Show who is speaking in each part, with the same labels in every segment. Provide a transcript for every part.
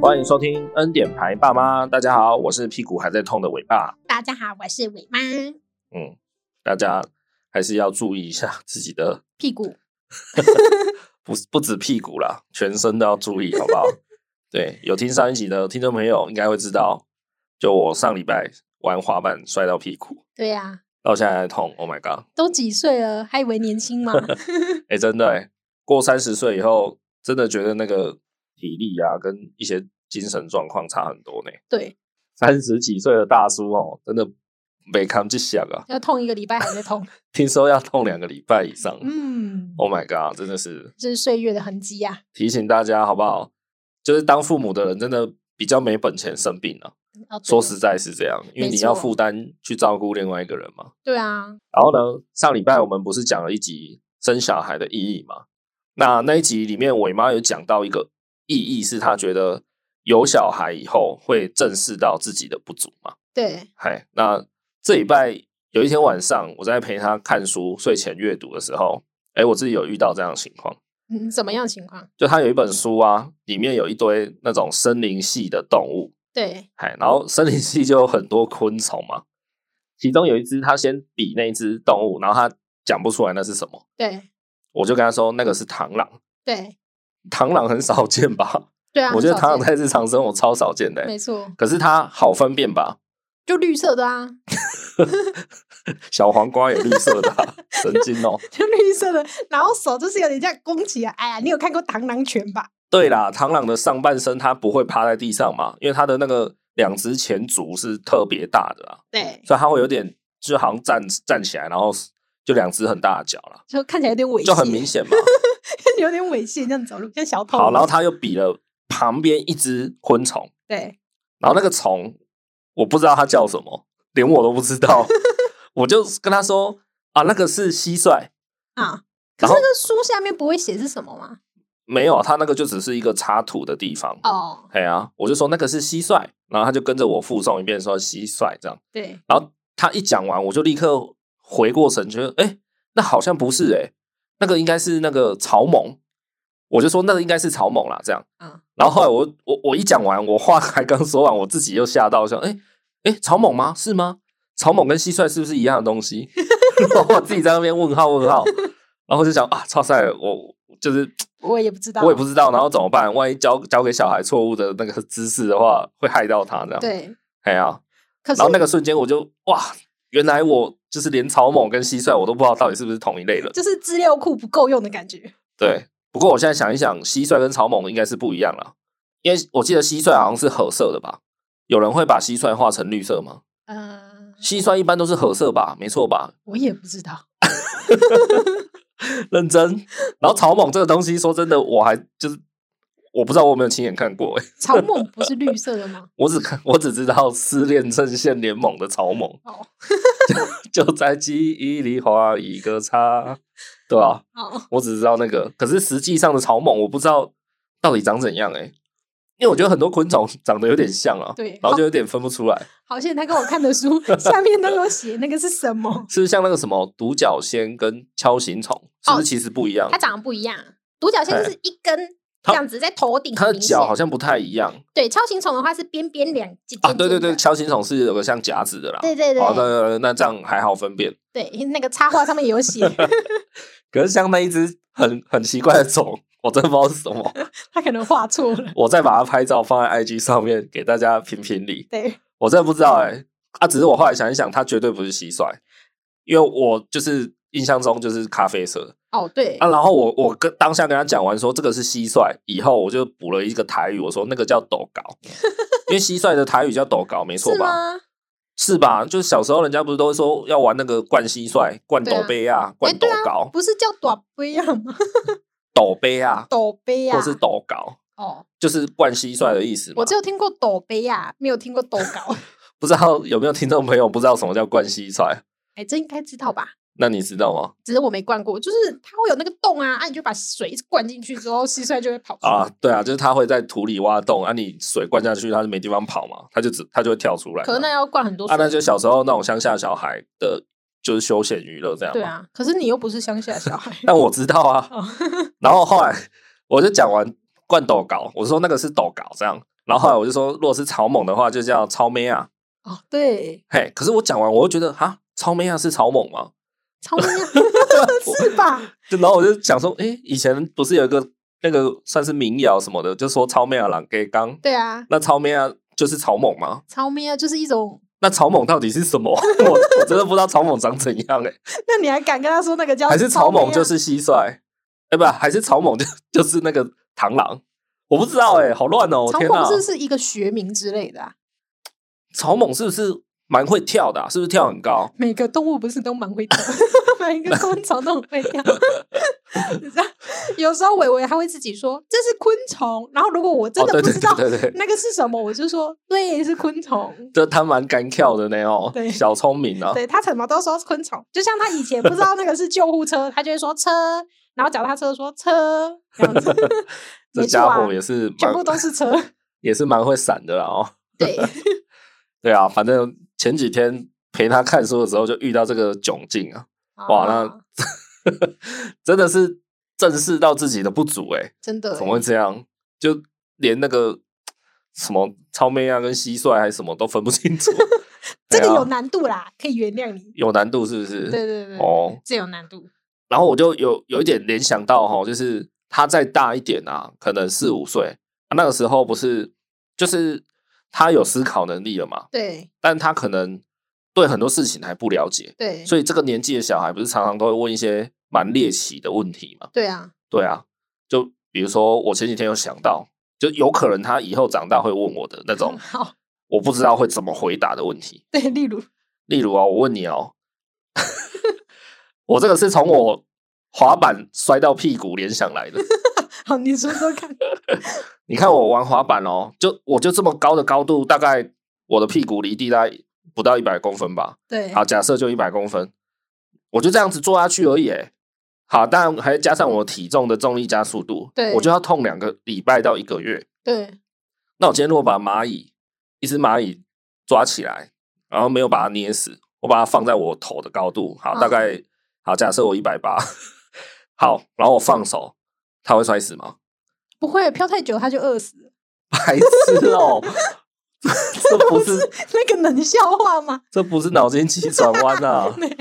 Speaker 1: 欢迎收听《恩典牌爸妈》，大家好，我是屁股还在痛的伟爸。
Speaker 2: 大家好，我是伟妈。
Speaker 1: 嗯，大家还是要注意一下自己的，
Speaker 2: 屁股
Speaker 1: 不不止屁股啦，全身都要注意，好不好？对，有听上一集的听众朋友应该会知道，就我上礼拜玩滑板摔到屁股，
Speaker 2: 对呀、
Speaker 1: 到现在还痛。Oh my god！
Speaker 2: 都几岁了，还以为年轻嘛？
Speaker 1: 哎、真的、欸，过三十岁以后，真的觉得那个体力啊，跟一些精神状况差很多呢、
Speaker 2: 对，
Speaker 1: 三十几岁的大叔哦，真的没扛这想啊，
Speaker 2: 要痛一个礼拜还在痛。
Speaker 1: 听说要痛两个礼拜以上。
Speaker 2: 嗯，
Speaker 1: Oh my god！真的是
Speaker 2: 这是岁月的痕迹啊呀、
Speaker 1: 提醒大家好不好？就是当父母的人真的比较没本钱生病了、
Speaker 2: 啊。哦，
Speaker 1: 说
Speaker 2: 对
Speaker 1: 实在是这样，因为
Speaker 2: 没
Speaker 1: 你要
Speaker 2: 错
Speaker 1: 负担去照顾另外一个人嘛。
Speaker 2: 对啊，
Speaker 1: 然后呢，上礼拜
Speaker 2: 嗯
Speaker 1: 我们不是讲了一集生小孩的意义嘛？那那一集里面，伟妈有讲到一个意义，是她觉得有小孩以后会正视到自己的不足嘛。
Speaker 2: 对，
Speaker 1: 嗨，那这礼拜有一天晚上，我在陪她看书、睡前阅读的时候，哎，我自己有遇到这样的情况。
Speaker 2: 嗯，怎么样情况？
Speaker 1: 就它有一本书啊，里面有一堆那种森林系的动物，
Speaker 2: 对，
Speaker 1: 哎，然后森林系就有很多昆虫嘛，其中有一只它先比那一只动物，然后它讲不出来那是什么，
Speaker 2: 对，
Speaker 1: 我就跟他说那个是螳螂，
Speaker 2: 对，
Speaker 1: 螳螂很少见吧？
Speaker 2: 对啊。
Speaker 1: 我觉得
Speaker 2: 很少
Speaker 1: 螳螂
Speaker 2: 见
Speaker 1: 在日常生活超少见的、欸
Speaker 2: 没错，
Speaker 1: 可是它好分辨吧？
Speaker 2: 就绿色的啊，
Speaker 1: 小黄瓜也绿色的啊、 神经哦！
Speaker 2: 就绿色的，然后手就是有点这样弓起来。哎呀，你有看过螳螂拳吧？
Speaker 1: 对啦，螳螂的上半身它不会趴在地上嘛，因为它的那个两只前足是特别大的啊。
Speaker 2: 对，
Speaker 1: 所以它会有点就好像站站起来，然后就两只很大的脚了，
Speaker 2: 就看起来有点猥亵，
Speaker 1: 就很明，显嘛。
Speaker 2: 有点猥亵，这样走路像小偷。
Speaker 1: 好，然后它又比了旁边一只昆虫，
Speaker 2: 对，
Speaker 1: 然后那个虫我不知道它叫什么，连我都不知道，我就跟他说啊，那个是蟋蟀，
Speaker 2: 啊，可
Speaker 1: 嗯然
Speaker 2: 是
Speaker 1: 后
Speaker 2: 那个书下面不会写是什么吗？
Speaker 1: 没有，它那个就只是一个插图的地方。
Speaker 2: 哦，
Speaker 1: 哎呀、我就说那个是蟋蟀，然后他就跟着我附送一遍说蟋蟀这样，
Speaker 2: 对，
Speaker 1: 然后他一讲完，我就立刻回过神，觉得哎，诶那好像不是哎、诶那个应该是那个草蜢，我就说那个应该是草蜢啦，这样。
Speaker 2: 啊，
Speaker 1: 然后后来我我我一讲完，我话才刚说完，我自己又吓到，想哎哎，诶草蜢吗？是吗？草蜢跟蟋蟀是不是一样的东西？ 然后我自己在那边问号问号，然后我就想啊，超赛，我就是
Speaker 2: 我也不知道，
Speaker 1: 我也不知道，然后怎么办？万一教教给小孩错误的那个知识的话，会害到他这样。，
Speaker 2: 对，
Speaker 1: 哎呀、
Speaker 2: 可是
Speaker 1: 然后那个瞬间我就哇，原来我就是连草蜢跟蟋蟀我都不知道到底是不是同一类了。
Speaker 2: 就是资料库不够用的感觉。
Speaker 1: 对，不过我现在想一想，蟋蟀跟草蜢应该是不一样了，因为我记得蟋蟀好像是褐色的吧？有人会把蟋蟀画成绿色吗？
Speaker 2: 呃，
Speaker 1: 蟋蟀一般都是褐色吧？没错吧？
Speaker 2: 我也不知道。
Speaker 1: 认真。然后草蜢这个东西，说真的，我还就是我不知道我有没有亲眼看过、欸，
Speaker 2: 草蜢不是绿色的吗？
Speaker 1: 我只看我只知道失恋阵线联盟的草蜢，
Speaker 2: 哦
Speaker 1: 就在记忆里画一个叉，对啊吧、
Speaker 2: 哦，
Speaker 1: 我只知道那个，可是实际上的草蜢我不知道到底长怎样哎、因为我觉得很多昆虫长得有点像啊，
Speaker 2: 对哦
Speaker 1: 然后就有点分不出来，
Speaker 2: 好像他跟我看的 书下面都有写那个是 什么，
Speaker 1: 是不是像那个什么独角仙跟锹形虫，是不是其实不一样？
Speaker 2: 哦它长得不一样。独角仙就是一根
Speaker 1: 它
Speaker 2: 这样子在头顶，
Speaker 1: 它
Speaker 2: 很
Speaker 1: 哎的
Speaker 2: 明显
Speaker 1: 脚好像不太一样
Speaker 2: 对，锹形虫的话是边边两尖
Speaker 1: 啊，对对对，
Speaker 2: 尖
Speaker 1: 锹形虫是有个像夹子的啦，
Speaker 2: 对对对
Speaker 1: 哦，那那这样还好分辨。
Speaker 2: 的对，那个插画上面有 写，
Speaker 1: 可是像那一只很很奇怪的虫，我真的不知道是什么，
Speaker 2: 他可能画错了。
Speaker 1: 我再把它拍照放在 IG 上面给大家评评理。
Speaker 2: 对，
Speaker 1: 我真的不知道
Speaker 2: 嗯
Speaker 1: 哎、啊，只是我后来想一想，它绝对不是蟋蟀，因为我就是印象中就是咖啡色
Speaker 2: 哦对
Speaker 1: 啊。，然后我我跟当下跟他讲完说这个是蟋蟀以后，我就补了一个台语，我说那个叫斗 稿，因为蟋蟀的台语叫斗稿，没错
Speaker 2: 是
Speaker 1: 吧？
Speaker 2: 吗？
Speaker 1: 是吧？就是小时候人家不是都会说要玩那个灌蟋蟀、灌斗杯啊、
Speaker 2: 哎
Speaker 1: 灌斗
Speaker 2: 对啊，
Speaker 1: 稿、
Speaker 2: 不是叫短杯啊吗？
Speaker 1: 斗杯啊，
Speaker 2: 斗杯啊，
Speaker 1: 或是斗稿，
Speaker 2: 哦，
Speaker 1: 就是灌蟋蟀的意思嘛
Speaker 2: 我只。有听过斗杯啊，没有听过斗 高。
Speaker 1: 不知道有没有听众朋友不知道什么叫灌蟋蟀？
Speaker 2: 哎，这应该知道吧？
Speaker 1: 那你知道吗？
Speaker 2: 只是我没灌过，就是它会有那个洞啊，啊，你就把水灌进去之后，蟋蟀就会跑出来。
Speaker 1: 啊，对啊，就是它会在土里挖洞，啊，你水灌下去，它就没地方跑嘛，它就只它就会跳出来嘛。
Speaker 2: 可是那要灌很多
Speaker 1: 啊，
Speaker 2: 水，
Speaker 1: 那就小时候那种乡下小孩的，就是休闲娱乐这样。，
Speaker 2: 对。啊。可是你又不是乡下小孩
Speaker 1: 但我知道啊，
Speaker 2: 哦
Speaker 1: 然后后来我就讲完灌斗稿，我说那个是斗稿这样，然后后来我就说，如果是草蜢的话，就叫超妹啊。
Speaker 2: 哦，对，
Speaker 1: 嘿，可是我讲完，我就觉得哈，超妹啊是草蜢吗？
Speaker 2: 超能量
Speaker 1: 啊
Speaker 2: 是吧？
Speaker 1: 就然后我就想说，诶，以前不是有一个那个算是民谣什么的，就说超妹啊朗给刚，
Speaker 2: 对啊，
Speaker 1: 那超妹啊就是草蜢吗？
Speaker 2: 超咩啊，就是 一种。
Speaker 1: 那草蜢到底是什么？ 我我真的不知道草蜢长怎样诶，欸
Speaker 2: 那你还敢跟他说那个叫
Speaker 1: 还是草
Speaker 2: 咩
Speaker 1: 蜢
Speaker 2: 啊
Speaker 1: 就是蟋蟀？哎、不，还是草蜢就 就是那个螳螂？我不知道诶，好乱哦！
Speaker 2: 草
Speaker 1: 天哪
Speaker 2: 蜢，是是一个学名之类的啊？
Speaker 1: 草蜢是不是蛮会跳的、啊？是不是跳很高？
Speaker 2: 每个动物不是都蛮会跳， 每一个昆虫都很会跳。 你知道，有时候伟伟他会自己说这是昆虫，然后如果我真
Speaker 1: 哦，
Speaker 2: 的
Speaker 1: 对
Speaker 2: 不
Speaker 1: 对
Speaker 2: 知道
Speaker 1: 对对对，
Speaker 2: 那个是什么，我就说对，是昆虫。
Speaker 1: 这他蛮敢跳的呢哦
Speaker 2: 对，
Speaker 1: 小聪明啊！。
Speaker 2: 对他什么都说是昆虫，就像他以前不知道那个是救护车，他就会说车，然后脚踏车说车，这样子
Speaker 1: 这
Speaker 2: 没错
Speaker 1: 家
Speaker 2: 啊
Speaker 1: 伙也是
Speaker 2: 全
Speaker 1: 蛮
Speaker 2: 部都 是车。
Speaker 1: 也是蛮会闪的啦哦。
Speaker 2: 对，
Speaker 1: 对啊，反正前几天陪他看书的时候就遇到这个窘境啊， 哇，
Speaker 2: 啊
Speaker 1: 那真的是正视到自己的不足诶、
Speaker 2: 真的
Speaker 1: 怎么会
Speaker 2: 欸。
Speaker 1: 这样？就连那个什么超妹啊，跟蟋蟀还是什么都分不清楚
Speaker 2: 这
Speaker 1: 对
Speaker 2: 个
Speaker 1: 啊
Speaker 2: 有难度啦，可以原谅你。
Speaker 1: 有难度是不是？
Speaker 2: 对对对，
Speaker 1: 哦，
Speaker 2: 这有难度。
Speaker 1: 然后我就有有一点联想到哈，就是他再大一点啊，可能
Speaker 2: 嗯
Speaker 1: 四五岁、啊那个时候不是就是他有思考能力了嘛，
Speaker 2: 对
Speaker 1: 但他可能对很多事情还不了解，
Speaker 2: 对，
Speaker 1: 所以这个年纪的小孩不是常常都会问一些蛮猎奇的问题嘛？
Speaker 2: 对啊，
Speaker 1: 对啊，就比如说我前几天有想到，就有可能他以后长大会问我的那种
Speaker 2: 好，
Speaker 1: 我不知道会怎么回答的问题，
Speaker 2: 对，例如
Speaker 1: 例如啊，我问你哦， 我这个是从我滑板摔到屁股联想来的。
Speaker 2: 好，你说说 看。
Speaker 1: 你看我玩滑板哦，就我就这么高的高度，大概我的屁股离地大概不到一百公分吧。
Speaker 2: 对，
Speaker 1: 好，假设就一百公分，我就这样子坐下去而已欸。好，当然还加上我体重的重力加速度，
Speaker 2: 对
Speaker 1: 我就要痛两个礼拜到一个月。
Speaker 2: 对，
Speaker 1: 那我今天如果把蚂蚁一只蚂蚁抓起来，然后没有把它捏死，我把它放在我头的高度，好，
Speaker 2: 嗯
Speaker 1: 大概、好，假设我一百八， 好，然后我放手，它会摔死吗？
Speaker 2: 不会飘太久它就饿死了，
Speaker 1: 白痴哦、 这不是
Speaker 2: 那个能消化吗？
Speaker 1: 这不是脑筋急转弯啊！
Speaker 2: 对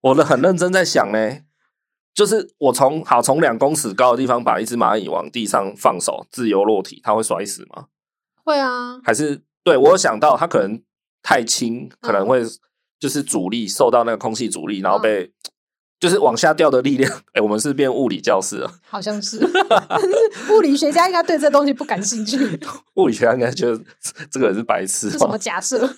Speaker 1: 我的很认真在想呢，就是我从好从两公尺高的地方把一只蚂蚁往地上放手，自由落体，它会摔死吗？
Speaker 2: 会啊，
Speaker 1: 还是对我有想到，它可能太轻，可
Speaker 2: 嗯
Speaker 1: 能会就是阻力受到那个空气阻力，然后被、就是往下掉的力量。 哎、我们是变物理教室了，
Speaker 2: 好像 是。但是物理学家应该对这东西不感兴趣，就
Speaker 1: 物理学家应该觉得这个人是白痴
Speaker 2: 什
Speaker 1: 吧
Speaker 2: 么？假设？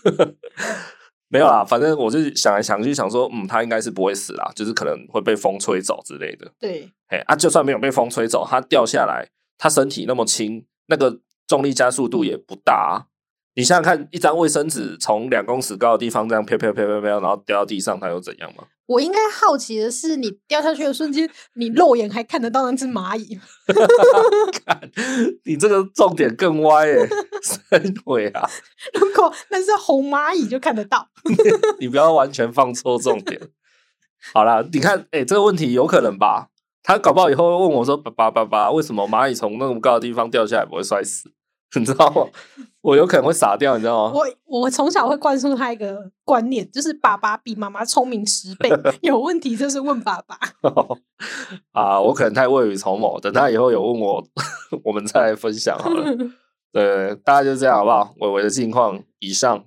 Speaker 1: 没有啦，反正我就想来想去，想说，嗯，它应该是不会死啦，就是可能会被风吹走之类的。
Speaker 2: 对
Speaker 1: 哎、啊，就算没有被风吹走，它掉下来，它身体那么轻，那个重力加速度也不大、啊。你想想看，一张卫生纸从两公尺高的地方这样飘飘飘飘飘，然后掉到地上，它又怎样吗？
Speaker 2: 我应该好奇的是，你掉下去的瞬间，你肉眼还看得到那只蚂蚁吗？
Speaker 1: 你这个重点更歪耶、神鬼啊！
Speaker 2: 如果那是红蚂蚁，就看得到。
Speaker 1: 你不要完全放错重点。好啦，你看，哎、这个问题有可能吧？他搞不好以后会问我说：“爸爸，爸爸，为什么蚂蚁从那么高的地方掉下来不会摔死？”你知道吗？我有可能会傻掉，你知道吗？
Speaker 2: 我我从小会灌输他一个观念，就是爸爸比妈妈聪明十 倍，有问题就是问爸爸。
Speaker 1: 啊，我可能太未雨绸缪，等他以后有问我， 我们再来分享好了。对，大概就这样好不好？伟伟的近况以上，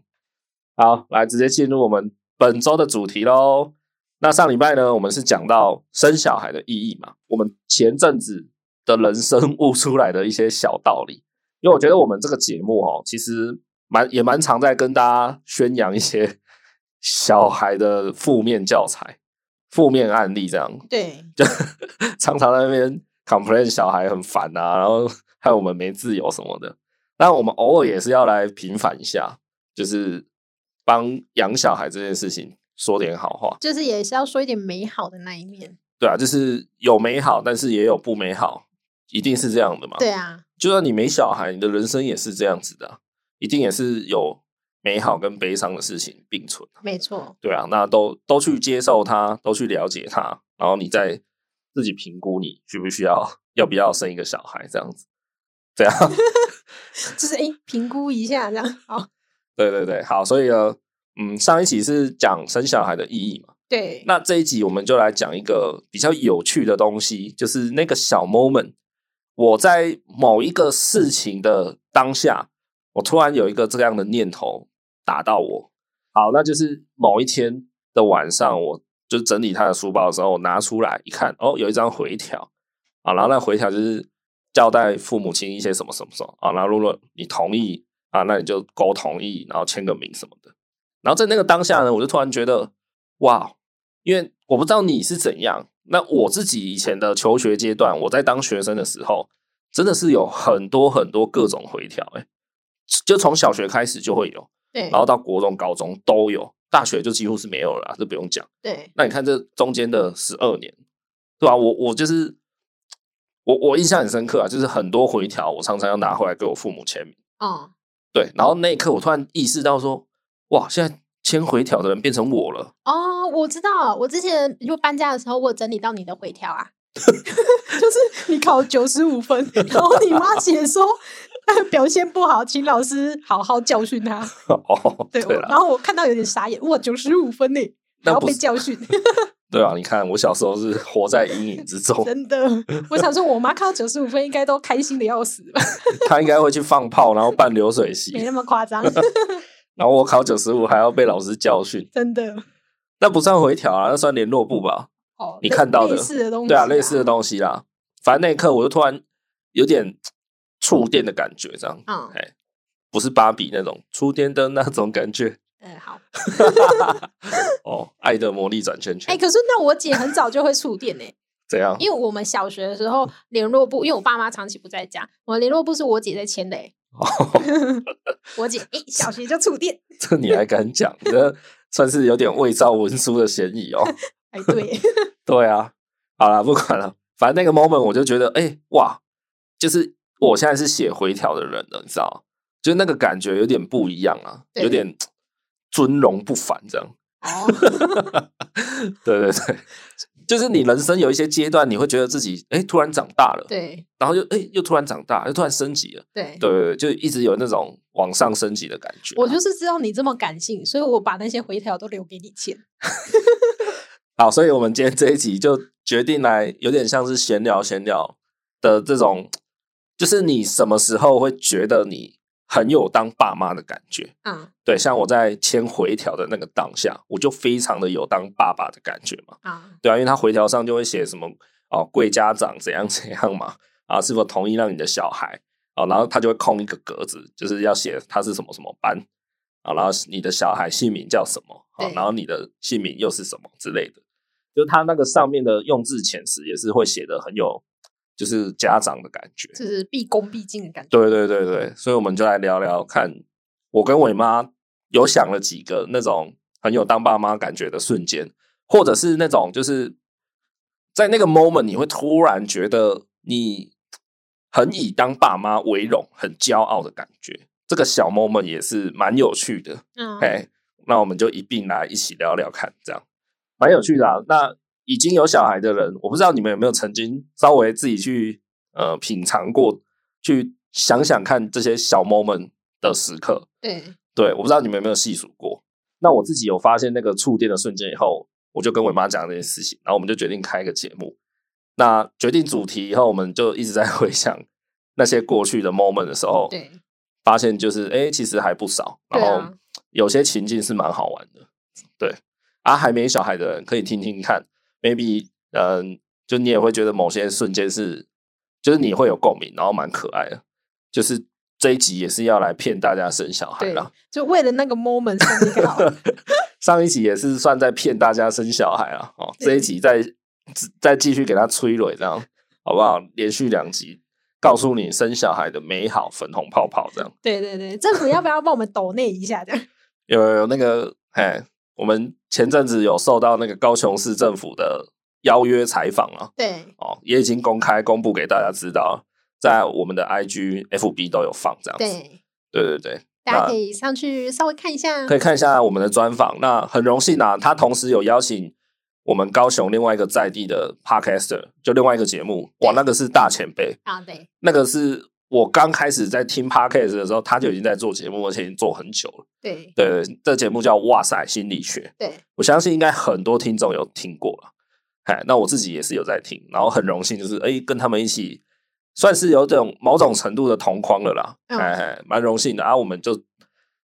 Speaker 1: 好，来直接进入我们本周的主题喽。那上礼拜呢，我们是讲到生小孩的意义嘛，我们前阵子的人生悟出来的一些小道理。因为我觉得我们这个节目哦，其实蛮也蛮常在跟大家宣扬一些 小孩的负面教材、负面案例这样。
Speaker 2: 对，
Speaker 1: 就 常常在那边 complain 小孩很烦啊，然后害我们没自由什么的。但我们偶尔也是要来平反一下，就是帮养小孩这件事情说点好话，
Speaker 2: 就是也是要说一点美好的那一面。
Speaker 1: 对啊，就是有美好，但是也有不美好，一定是这样的嘛。
Speaker 2: 对，啊，
Speaker 1: 就算你没小孩，你的人生也是这样子的啊、一定也是有美好跟悲伤的事情并存。
Speaker 2: 没错，
Speaker 1: 对啊，那都都去接受它，都去了解它，然后你再自己评估你需不需要要不要生一个小孩这样子。怎样？
Speaker 2: 就是诶评估一下这样。好，
Speaker 1: 对对对，好，所以呢，嗯，上一期是讲生小孩的意义嘛，
Speaker 2: 对，
Speaker 1: 那这一集我们就来讲一个比较有趣的东西，就是那个小 moment，我在某一个事情的当下，我突然有一个这样的念头打到我，好，那就是某一天的晚上，我就整理他的书包的时候，我拿出来一看，哦，有一张回条啊，然后那回条就是交代父母亲一些什么什么什么啊，然后如果你同意啊，那你就勾同意，然后签个名什么的。然后在那个当下呢，我就突然觉得，哇，因为我不知道你是怎样，那我自己以前的求学阶段，我在当学生的时候，真的是有很多很多各种回调、欸，就从小学开始就会有。
Speaker 2: 对
Speaker 1: 然，后到国中、高中都有，大学就几乎是没有了啦，这不用讲。
Speaker 2: 对，
Speaker 1: 那你看这中间的十二年，对吧、我我就是我我印象很深刻啊，就是很多回条，我常常要拿回来给我父母签名。
Speaker 2: 哦，
Speaker 1: 对，然后那一刻我突然意识到说，哇，现在签回条的人变成我了。
Speaker 2: 哦，我知道，我之前就搬家的时候，我有整理到你的回条啊， 就是你考九十五分，然后你 妈写说表现不好，请老师好好教训他。
Speaker 1: 哦，
Speaker 2: 对，我
Speaker 1: 了
Speaker 2: 然，后我看到有点傻眼，哇，九十五分呢，还
Speaker 1: 那
Speaker 2: 要
Speaker 1: 不
Speaker 2: 被
Speaker 1: 是
Speaker 2: 教训，
Speaker 1: 对啊，你看我小时候是活在阴影之中，
Speaker 2: 真的。我想说，我妈看到九十五分应该都开心的要死吧，
Speaker 1: 他应该会去放炮，然后办流水席，
Speaker 2: 没那么夸 张，
Speaker 1: 然后我考九十五还要被老师教训，
Speaker 2: 真的。
Speaker 1: 那不算回条啊，那算联络部吧。
Speaker 2: 哦，
Speaker 1: 你
Speaker 2: 类
Speaker 1: 看到
Speaker 2: 类
Speaker 1: 的
Speaker 2: 似的东西，嗯
Speaker 1: 对啊，类似的。东西啦。反正那一刻，我就突然有点触电的感觉，这样，
Speaker 2: 嗯
Speaker 1: 哎、不是芭比那种触电灯那种感觉，
Speaker 2: 嗯，好。
Speaker 1: 哦，爱的魔力转圈圈，
Speaker 2: 哎，可是那我姐很早就会触电呢，
Speaker 1: 怎样？
Speaker 2: 因为我们小学的时
Speaker 1: 嗯
Speaker 2: 候联络部，因为我爸妈长期不在家，我们联络部是我姐在签的欸。
Speaker 1: 哦
Speaker 2: 我姐哎，小学就触电，
Speaker 1: 这你还敢讲？这算是有点伪造文书的嫌疑 哦。
Speaker 2: 哎， 对，
Speaker 1: 对啊，好啦，不管了，反正那个 moment 我就觉得，哎、哇，就是我现在是写回条的人了，你知道吗？就是那个感觉有点不一样啊，
Speaker 2: 对
Speaker 1: 有点尊荣不凡这样。
Speaker 2: 哦，
Speaker 1: 对对对， 就是你人生有一些阶段，你会觉得自己哎突然长大了，
Speaker 2: 对
Speaker 1: 然后又哎又突然长大，又突然升级了，
Speaker 2: 对。
Speaker 1: 对对对，就一直有那种往上升级的感觉啊。
Speaker 2: 我就是知道你这么感性，所以我把那些回条都留给你签。
Speaker 1: 好，所以我们今天这一集就决定来有点像是闲聊闲聊的这种，就是你什么时候会觉得你很有当爸妈的感觉？
Speaker 2: 啊
Speaker 1: 对，像我在签回条的那个当下，我就非常的有当爸爸的感觉嘛。
Speaker 2: 啊，
Speaker 1: 对啊，因为他回条上就会写什么哦，贵家长怎样怎样嘛，啊，是否同意让你的小孩哦，然后他就会空一个格子，就是要写他是什么什么班啊，然后你的小孩姓名叫什么啊，
Speaker 2: 对
Speaker 1: 然后你的姓名又是什么之类的，就他那个上面的用字遣词也是会写的很有就是家长的感觉。
Speaker 2: 就是毕恭毕敬的感觉。
Speaker 1: 对对对对，所以我们就来聊聊看，我跟伟妈有想了几个那种很有当爸妈感觉的瞬间，或者是那种就是在那个 moment 你会突然觉得你很以当爸妈为荣、很骄傲的感觉。这个小 moment 也是蛮有趣的，
Speaker 2: 嗯，
Speaker 1: 哎，那我们就一并来一起聊聊看，这样蛮有趣的、啊。那已经有小孩的人，我不知道你们有没有曾经稍微自己去呃品尝过，去想想看这些小 moment 的时刻。
Speaker 2: 对，
Speaker 1: 对，我不知道你们有没有细数过。那我自己有发现那个触电的瞬间以后，我就跟我妈讲这件事情，然后我们就决定开一个节目。那决定主题以后，我们就一直在 回想那些过去的 moment 的时候，
Speaker 2: 对，
Speaker 1: 发现就是哎、诶其实还不少，然
Speaker 2: 对
Speaker 1: 后
Speaker 2: 啊
Speaker 1: 有些情境是蛮好玩的。对啊，还没小孩的人可以听听看，maybe 嗯，就你也会觉得某些瞬间是，就是你会有共鸣，然后蛮可爱的。就是这一集也是要来骗大家生小孩
Speaker 2: 对
Speaker 1: 啦，，
Speaker 2: 就为了那个 moment 上面 好
Speaker 1: 上一集也是算在骗大家生小孩啦，哦，
Speaker 2: 对
Speaker 1: 这一集再再继续给他催泪，这样好不好？连续两集告诉你生小孩的美好粉红泡泡，这样。
Speaker 2: 对对对，政府要不要帮我们抖内一下？这样
Speaker 1: 有有有那个，哎，我们前阵子有受到那个高雄市政府的邀约采访啊，
Speaker 2: 对
Speaker 1: 哦，也已经公开公布给大家知道了，在我们的 IG、FB 都有放这样子。
Speaker 2: 对，
Speaker 1: 对对对
Speaker 2: 大家
Speaker 1: 那
Speaker 2: 可以上去稍微看一下。
Speaker 1: 可以看一下我们的专访。那很荣幸啊，他同时有邀请我们高雄另外一个在地的 Podcaster，就另外一个节目，哇，
Speaker 2: 对
Speaker 1: 那个是大前辈，
Speaker 2: 啊，对
Speaker 1: 那个是我刚开始在听 podcast 的时候，他就已经在做节目，而且已经做很久了。
Speaker 2: 对
Speaker 1: 对，这节目叫《哇塞心理学》，
Speaker 2: 对，
Speaker 1: 我相信应该很多听众有听过了。哎，那我自己也是有在听，然后很荣幸就是哎、跟他们一起算是有种某种程度的同框了啦，
Speaker 2: 嗯
Speaker 1: 哎、哎蛮荣幸的啊。我们就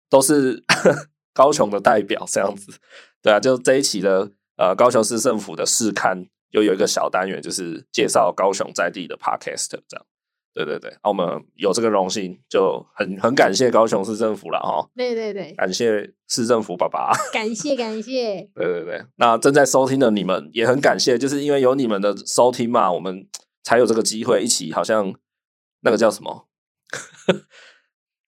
Speaker 1: 都是 高雄的代表这样子，对啊，就这一期的呃高雄市政府的市刊又有一个小单元，就是介绍高雄在地的 podcast 这样。对对对，啊我们有这个荣幸，就很很感谢高雄市政府了哈，
Speaker 2: 对对对，
Speaker 1: 感谢市政府爸爸。
Speaker 2: 感谢 感谢，
Speaker 1: 对对对，那正在收听的你们也很感谢，就是因为有你们的收听嘛，我们才有这个机会一起，好像那个叫什么，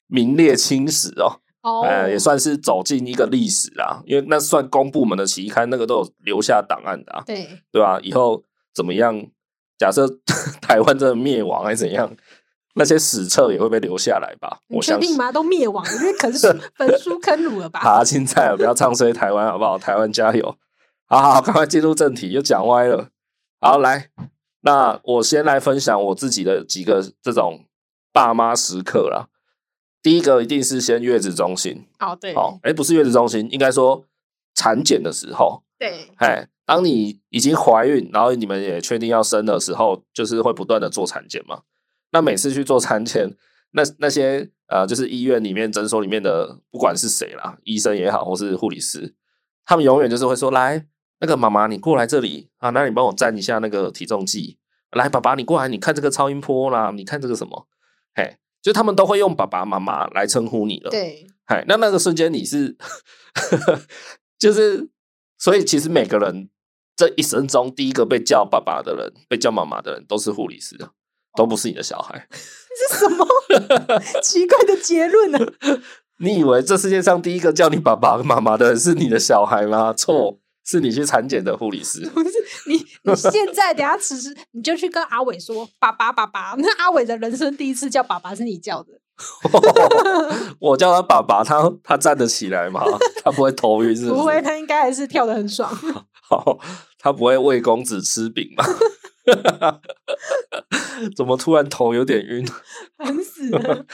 Speaker 1: 名列青史哦，
Speaker 2: 哦，
Speaker 1: 呃，也算是走进一个历史啦，因为那算公部门的期刊，那个都有留下档案的、啊，
Speaker 2: 对，
Speaker 1: 对吧、以后怎么样？假设 台湾真的灭亡还是怎样，那些史册也会被留下来吧？
Speaker 2: 你
Speaker 1: 我
Speaker 2: 确
Speaker 1: 相
Speaker 2: 定
Speaker 1: 信。
Speaker 2: 吗？都灭亡了，因为可是 焚书坑儒了吧？
Speaker 1: 爬青菜了，不要唱衰台湾好不好？台湾加油！好好，好赶快进入正题，又讲歪了。好，来，那我先来分享我自己的几个这种爸妈时刻啦。第一个一定是先月子中心，
Speaker 2: 哦，对
Speaker 1: 哦，哎，不是月子中心，应该说产检的时候，
Speaker 2: 对
Speaker 1: 哎，当你已经怀孕，然后你们也确定要生的时候，就是会不断的做产检嘛。那每次去做产检，那那些呃，就是医院里面、诊所里面的，不管是谁啦，医生也好，或是护理师，他们永远就是会说：“来，那个妈妈，你过来这里啊，那你帮我站一下那个体重计。来，爸爸，你过来，你看这个超音波啦，你看这个什么，嘿，就他们都会用爸爸妈妈来称呼你了。
Speaker 2: 对
Speaker 1: 嗨，那那个瞬间你是， 就是，所以其实每个人这一生中第一个被叫爸爸的人，被叫妈妈的人，都是护理师，都不是你的小孩。
Speaker 2: 这是什么奇怪的结论呢？啊
Speaker 1: 你以为这世界上第一个叫你爸爸妈妈的人是你的小孩吗？错，是你去产检的护理 师。
Speaker 2: 不是你，你现在等下此时你就去跟阿伟说“爸爸，爸爸”。那阿伟的人生第一次叫爸爸是你叫的，
Speaker 1: 我叫他爸爸，他他站得起来吗？他不会头晕是不是？
Speaker 2: 不会，他应该还是跳的很爽。
Speaker 1: 好，他不会喂公子吃饼吧？ 怎么突然头有点晕？
Speaker 2: 很死了。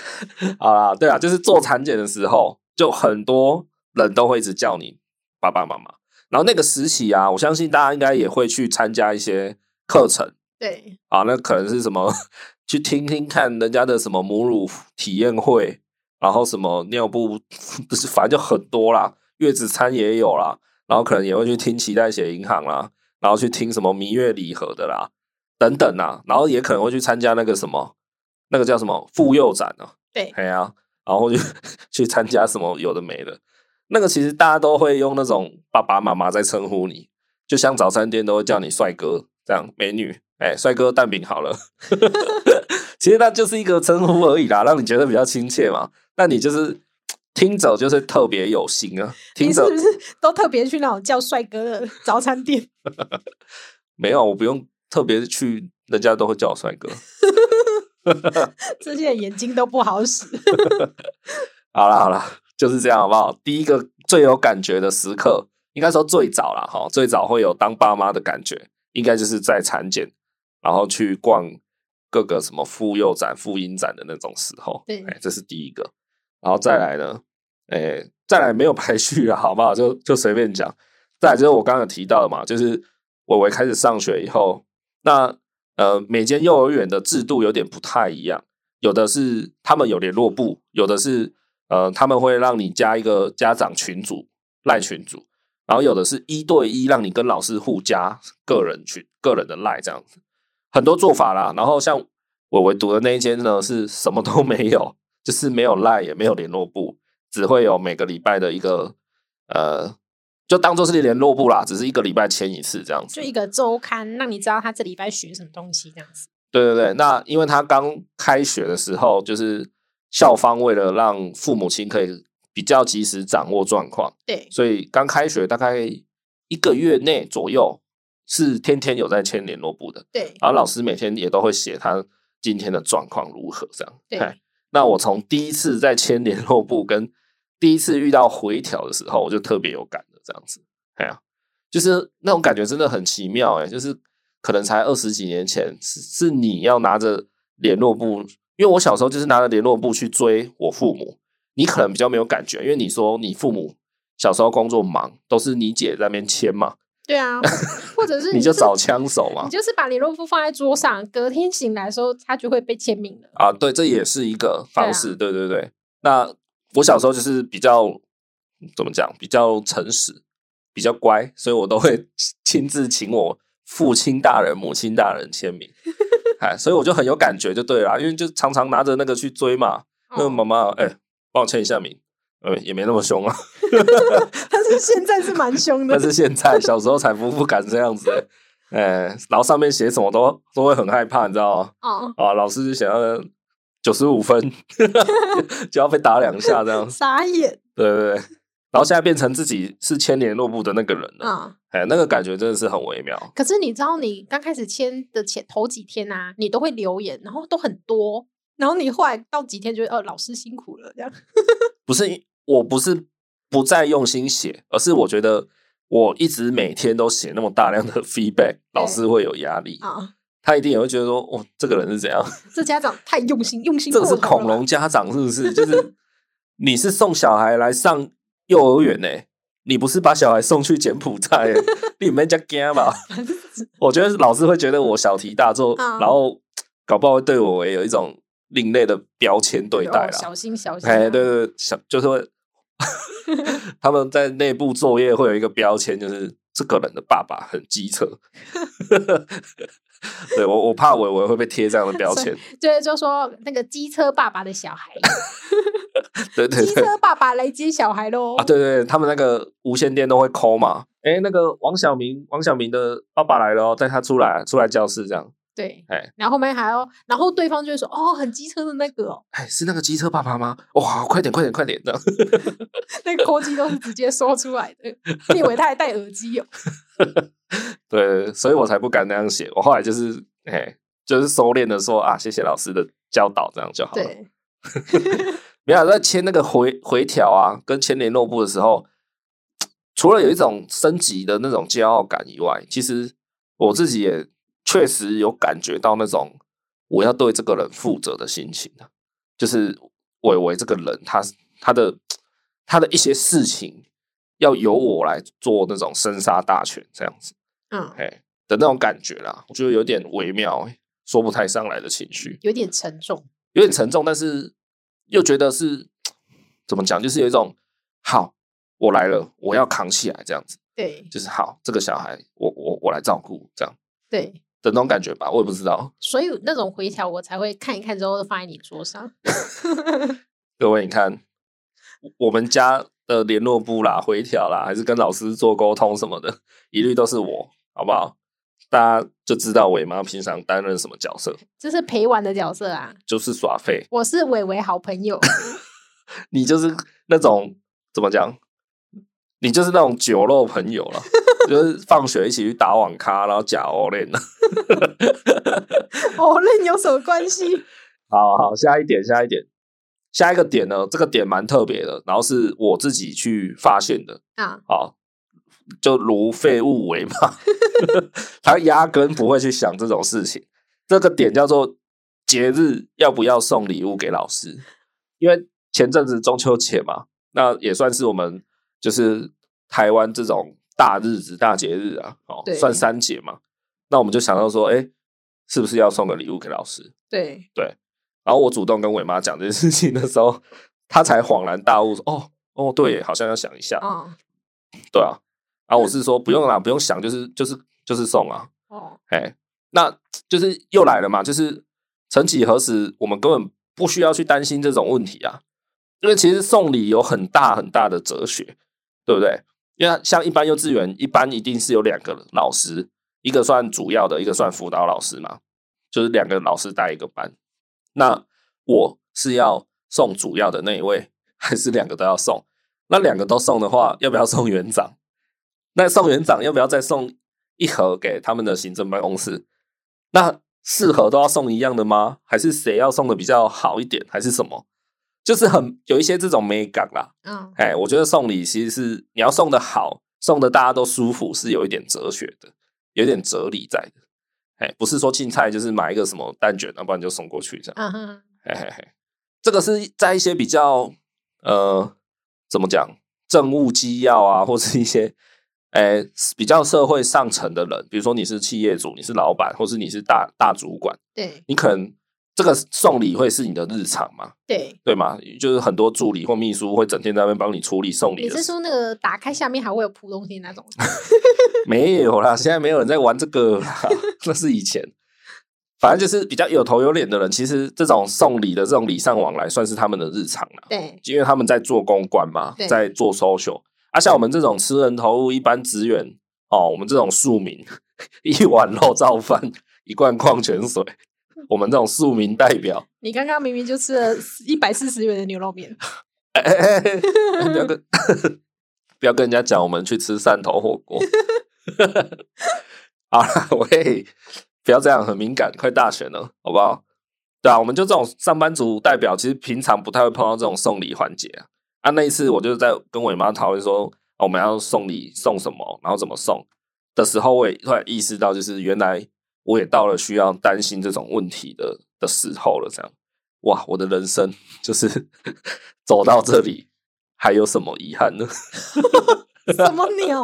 Speaker 1: 好啦，对啊，就是做产检的时候，就很多人都会一直叫你爸爸妈妈。然后那个时期啊，我相信大家应该也会去参加一些课程
Speaker 2: 对
Speaker 1: 啊，那可能是什么去听听看人家的什么母乳体验会，然后什么尿布， 不是反正就很多啦，月子餐也有啦，然后可能也会去听脐带血银行啦，然后去听什么蜜月礼盒的啦，等等啊，然后也可能会去参加那个什么，那个叫什么妇幼展啊，
Speaker 2: 嗯对
Speaker 1: 哎呀、然后就去 参加什么有的没的。那个其实大家都会用那种爸爸妈妈在称呼你，就像早餐店都会叫你帅哥这样，美女，哎，帅哥蛋饼 好了。其实那就是一个称呼而已啦，让你觉得比较亲切嘛。那你就是听者就是特别有心啊，听
Speaker 2: 你是
Speaker 1: 者
Speaker 2: 不 是都特别去那种叫帅哥的早餐店？
Speaker 1: 没有，我不用特别去，人家都会叫我帅哥。
Speaker 2: 这些人眼睛都不好使。
Speaker 1: 好啦好啦，就是这样好不好？第一个最有感觉的时刻，应该说最早啦，哈，最早会有当爸妈的感觉，应该就是在产检，然后去逛各个什么妇幼展、妇婴展的那种时候。
Speaker 2: 对
Speaker 1: 哎，这是第一个。然后再来呢，哎，再来没有排序啊了，好不好？就就随便讲。再来就是我刚刚有提到的嘛，就是伟伟开始上学以后，那呃，每间幼儿园的制度有点不太一样。有的是他们有联络部，有的是呃他们会让你加一个家长群组赖群组，然后有的是一对一让你跟老师互加个人群个人的赖这样子，很多做法啦。然后像我唯读的那一间呢，是什么都 没有，就是没有赖也没有联络部，只会有每个礼拜的一个呃。就当做是联络部啦，只是一个礼拜签一次这样子，
Speaker 2: 就一个周刊，让你知道他这礼拜学什么东西，这样子。
Speaker 1: 对对对，那因为他刚开学的时候，就是校方为了让父母亲可以比较及时掌握状况，
Speaker 2: 对
Speaker 1: 所以刚开学大概一个月内左右是天天有在签联络簿的，
Speaker 2: 对
Speaker 1: 然后老师每天也都会写他今天的状况如何这样。
Speaker 2: 对
Speaker 1: 嗨那我从第一次在签联络簿跟第一次遇到回调的时候，我就特别有感的这样子。哎呀、就是那种感觉真的很奇欸妙哎、就是可能才二十几年前是是你要拿着联络簿因为我小时候就是拿着联络簿去追我父母，你可能比较没有感觉，因为你说你父母小时候工作忙，都是你姐在那边签嘛，
Speaker 2: 对啊，或者是
Speaker 1: 你就是找枪手嘛
Speaker 2: 你。就是把联络簿放在桌上，隔天醒来的时候，它就会被签名了。
Speaker 1: 啊，对，这也是一个方式，对对对。那我小时候就是比较怎么讲，比较诚实，比较乖，所以我都会亲自请我父亲大人、母亲大人签名，哎，所以我就很有感觉，就对了，因为就常常拿着那个去追嘛。那妈
Speaker 2: 哦，
Speaker 1: 妈，哎、帮我签一下名，呃，也没那么凶啊。
Speaker 2: 但是现在是蛮凶的
Speaker 1: 但，是现在小时候才不不敢这样子、欸，哎、然后上面写什么都都会很害怕，你知道吗？
Speaker 2: 哦，
Speaker 1: 啊，老师就想要九十五 分， 就要被打两下这样。
Speaker 2: 傻眼
Speaker 1: 对对对，然后现在变成自己是牵连落布的那个人了，
Speaker 2: 啊！
Speaker 1: 哎、那个感觉真的是很微妙。
Speaker 2: 可是你知道，你刚开始签的前头几天啊，你都会留言，然后都很多，然后你后来到几天就会，哦，老师辛苦了这样。
Speaker 1: 不是，我不是不再用心写，而是我觉得我一直每天都写那么大量的 feedback，老师会有压力，
Speaker 2: 啊，
Speaker 1: 他一定也会觉得说，哦，这个人是怎样？
Speaker 2: 这家长太用心，用心
Speaker 1: 这
Speaker 2: 过
Speaker 1: 个
Speaker 2: 头
Speaker 1: 是
Speaker 2: 了吧。
Speaker 1: 恐 龙家长是不是？就是你是送小孩来上幼儿园呢、你不是把小孩送去柬埔 寨、欸，你们家惊吧？
Speaker 2: 烦死，
Speaker 1: 我觉得老师会觉得我小题大做，
Speaker 2: 嗯
Speaker 1: 然后搞不好会对我也有一种另类的标签对待
Speaker 2: 哦
Speaker 1: 啦。
Speaker 2: 小心小心啊。
Speaker 1: 哎，对对对，小就是 会 他们在内部作业会有一个标签，就是这个人的爸爸很机车。 对我，我怕伟伟会被贴这样的标签。
Speaker 2: 对，就说那个机车爸爸的小孩，
Speaker 1: 对对
Speaker 2: 机
Speaker 1: 对，
Speaker 2: 车爸爸来接小孩喽。
Speaker 1: 啊，对对对，他们那个无线电都会抠嘛。哎，那个王小明，王小明的爸爸来了哦，带他出来，出来教室这样。
Speaker 2: 对
Speaker 1: 哎，
Speaker 2: 然后后面还要，然后对方就会说，哦，很机车的那个、哦，
Speaker 1: 哎，是那个机车爸爸吗？哇，快点，快点，快点！这样，
Speaker 2: 那个科技都是直接说出来的。你以为他还戴耳机哦？
Speaker 1: 对，所以我才不敢那样写。我后来就是，哎，就是收敛的说啊，谢谢老师的教导，这样就好了。
Speaker 2: 对，
Speaker 1: 没有啊在签那个回回条啊，跟签联络部的时候，除了有一种升级的那种骄傲感以外，其实我自己也确实有感觉到那种我要对这个人负责的心情啊，就是伟伟这个人，他他的他的一些事情要由我来做那种生杀大权这样子，
Speaker 2: 嗯，
Speaker 1: 哎的那种感觉啦，我觉得有点微妙、欸，说不太上来的情绪。
Speaker 2: 有点沉重。
Speaker 1: 有点沉重，但是又觉得是怎么讲，就是有一种好，我来了，我要扛起来这样子，
Speaker 2: 对
Speaker 1: 就是好，这个小孩我我我来照顾这样
Speaker 2: 对，
Speaker 1: 的那种感觉吧，我也不知道。
Speaker 2: 所以那种回调我才会看一看之后放在你桌上。
Speaker 1: 各位，你看我们家的联络部啦、回调啦，还是跟老师做沟通什么的，一律都是我，好不好？大家就知道伟妈平常担任什么角色，
Speaker 2: 这是陪玩的角色啊，
Speaker 1: 就是耍废，
Speaker 2: 我是伟伟好朋 友，
Speaker 1: 你就是那种怎么讲？你就是那种酒肉朋友了，就是放学一起去打网咖，然后假欧练的。
Speaker 2: 哦，那你有什么关系？
Speaker 1: 好好，下一点，下一点，下一个点呢？这个点蛮特别的，然后是我自己去发现的。
Speaker 2: 啊，
Speaker 1: 好，就如废物为嘛， 他压根不会去想这种事情。这个点叫做节日要不要送礼物给老师，因为前阵子中秋节嘛，那也算是我们就是台湾这种大日子、大节日啊，哦
Speaker 2: 对，
Speaker 1: 算三节嘛。那我们就想到说，哎、是不是要送个礼物给老师？
Speaker 2: 对，
Speaker 1: 然后我主动跟伟妈讲这件事情的时候，她才恍然大悟，说哦哦，对耶，好像要想一下。
Speaker 2: 哦
Speaker 1: 对啊，然后我是说不用啦，不用想，就是就是就是送啊，
Speaker 2: 哦，
Speaker 1: 哎，那就是又来了嘛，就是曾几何时，我们根本不需要去担心这种问题啊，因为其实送礼有很大很大的哲学，对不对？因为像一般幼稚园，一般一定是有两个老师，一个算主要的，一个算辅导老师嘛，就是两个老师带一个班。那我是要送主要的那一位，还是两个都要送？那两个都送的话，要不要送园长？那送园长要不要再送一盒给他们的行政办公室？那四盒都要送一样的吗？还是谁要送的比较好一点？还是什么？就是很有一些这种美感啦。
Speaker 2: 嗯，
Speaker 1: 哎，我觉得送礼其实是你要送的好，送的大家都舒服，是有一点哲学的，有一点哲理在的。哎，不是说进菜就是买一个什么蛋卷，要不然就送过去这样。
Speaker 2: 嗯哼，
Speaker 1: 嘿嘿嘿，这个是在一些比较呃怎么讲政务机要啊，或是一些诶、比较社会上层的人，比如说你是企业主，你是老板，或是你是大大主管，
Speaker 2: 对
Speaker 1: 你可能这个送礼会是你的日常嘛，
Speaker 2: 对，
Speaker 1: 对吗？就是很多助理或秘书会整天在那边帮你处理送礼
Speaker 2: 你
Speaker 1: 的
Speaker 2: 是
Speaker 1: 事，
Speaker 2: 说那个打开下面还会有扑东西那种？
Speaker 1: 没有啦，现在没有人在玩这个啦， 那是以前。反正就是比较有头有脸的人，其实这种送礼的这种礼尚往来，算是他们的日常啦。
Speaker 2: 对
Speaker 1: 因为他们在做公关嘛
Speaker 2: 对，
Speaker 1: 在做 social。啊，像我们这种吃人头物一般职员哦，我们这种庶民， 一碗肉燥饭，一罐矿泉水，我们这种庶民代表，
Speaker 2: 你刚刚明明就吃了一百四十元的牛肉 面，
Speaker 1: 哎哎哎哎不要跟不要跟人家讲我们去吃汕头火锅。好啦，喂，不要这样，很敏感，快大选了，好不好？对啊，我们就这种上班族代表，其实平常不太会碰到这种送礼环节啊。啊，那一次我就是在跟我妈讨论说、啊我们要送礼送什么，然后怎么送的时候，我也突然意识到，就是原来我也到了需要担心这种问题的的时候了。这样，哇，我的人生就是 走到这里，还有什么遗憾呢？
Speaker 2: 什么 鸟？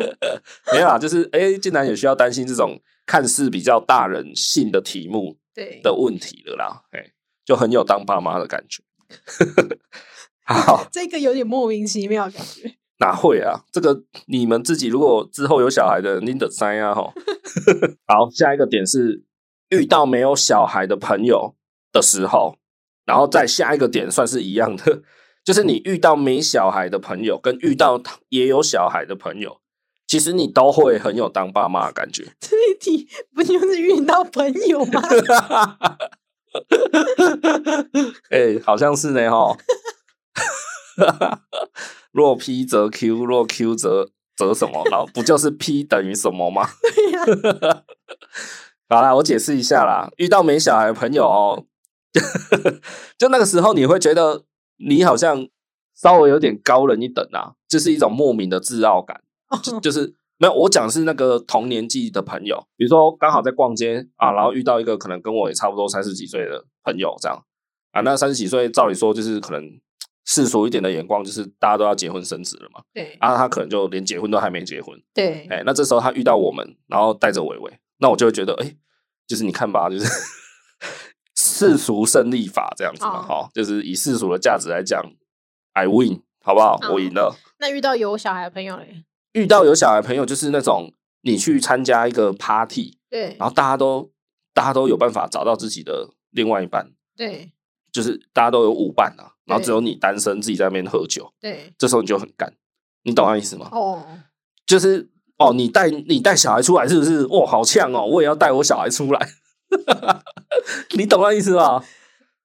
Speaker 1: 没有啦，就是哎、诶竟然也需要担心这种看似比较大人性的题目
Speaker 2: 对，
Speaker 1: 的问题了啦，哎、就很有当爸妈的感觉。 好，
Speaker 2: 这个有点莫名其妙的感觉。
Speaker 1: 哪会啊？这个你们自己如果之后有小孩的，您得栽啊吼。好，下一个点是遇到没有小孩的朋友的时候，然后再下一个点算是一样的，就是你遇到没小孩的朋友，跟遇到也有小孩的朋友，其实你都会很有当爸妈的感觉。
Speaker 2: 这一题不就是遇到朋友吗？
Speaker 1: 哎、好像是呢哈。 若 P 则 Q，若 Q 则则什么？然后不就是 P 等于什么吗？
Speaker 2: 对呀、
Speaker 1: 好啦，我解释一下啦。遇到没小孩的朋友哦， 就那个时候你会觉得你好像稍微有点高人一等啊，就是一种莫名的自傲感。就就是没有，我讲是那个同年纪的朋友，比如说刚好在逛街啊，然后遇到一个可能跟我也差不多三十几岁的朋友这样啊，那三十几岁照理说就是可能世俗一点的眼光，就是大家都要结婚生子了嘛，
Speaker 2: 对
Speaker 1: 啊，他可能就连结婚都还没结婚，
Speaker 2: 对
Speaker 1: 哎、那这时候他遇到我们，然后带着伟伟，那我就会觉得，哎、就是你看吧，就是 世俗胜利法这样子嘛，哈、就是以世俗的价值来讲，I win，好不好？我赢了。
Speaker 2: 那遇到有小孩的朋友嘞？
Speaker 1: 遇到有小孩朋友，就是那种你去参加一个 party，
Speaker 2: 对
Speaker 1: 然后大家都大家都有办法找到自己的另外一半，
Speaker 2: 对
Speaker 1: 就是大家都有舞伴啊，然后
Speaker 2: 对
Speaker 1: 只有你单身自己在那边喝酒，
Speaker 2: 对，
Speaker 1: 这时候你就很干，你懂我意思吗？
Speaker 2: 哦，
Speaker 1: 就是哦，你带你带小孩出来是不是？哇，好呛哦，我也要带我小孩出来， 你懂我意思吗？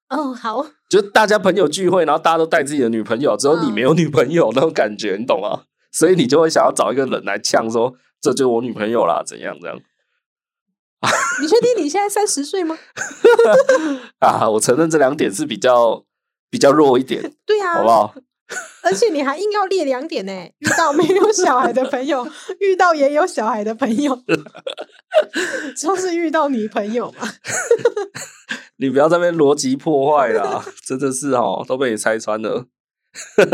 Speaker 2: 哦，好，
Speaker 1: 就是大家朋友聚会，然后大家都带自己的女朋友，只有你
Speaker 2: 嗯
Speaker 1: 没有女朋友那种感觉，你懂吗？所以你就会想要找一个人来呛说，这就是我女朋友啦，怎样怎样
Speaker 2: 你确定你现在三十岁吗？
Speaker 1: 啊？我承认这两点是比较比较弱一点，
Speaker 2: 对 啊，
Speaker 1: 好不好？
Speaker 2: 而且你还硬要列两点呢，遇到没有小孩的朋友，遇到也有小孩的朋 友，就是遇到你朋友嘛。
Speaker 1: 你不要在那边逻辑破坏啦，真的是哦，都被你拆穿了。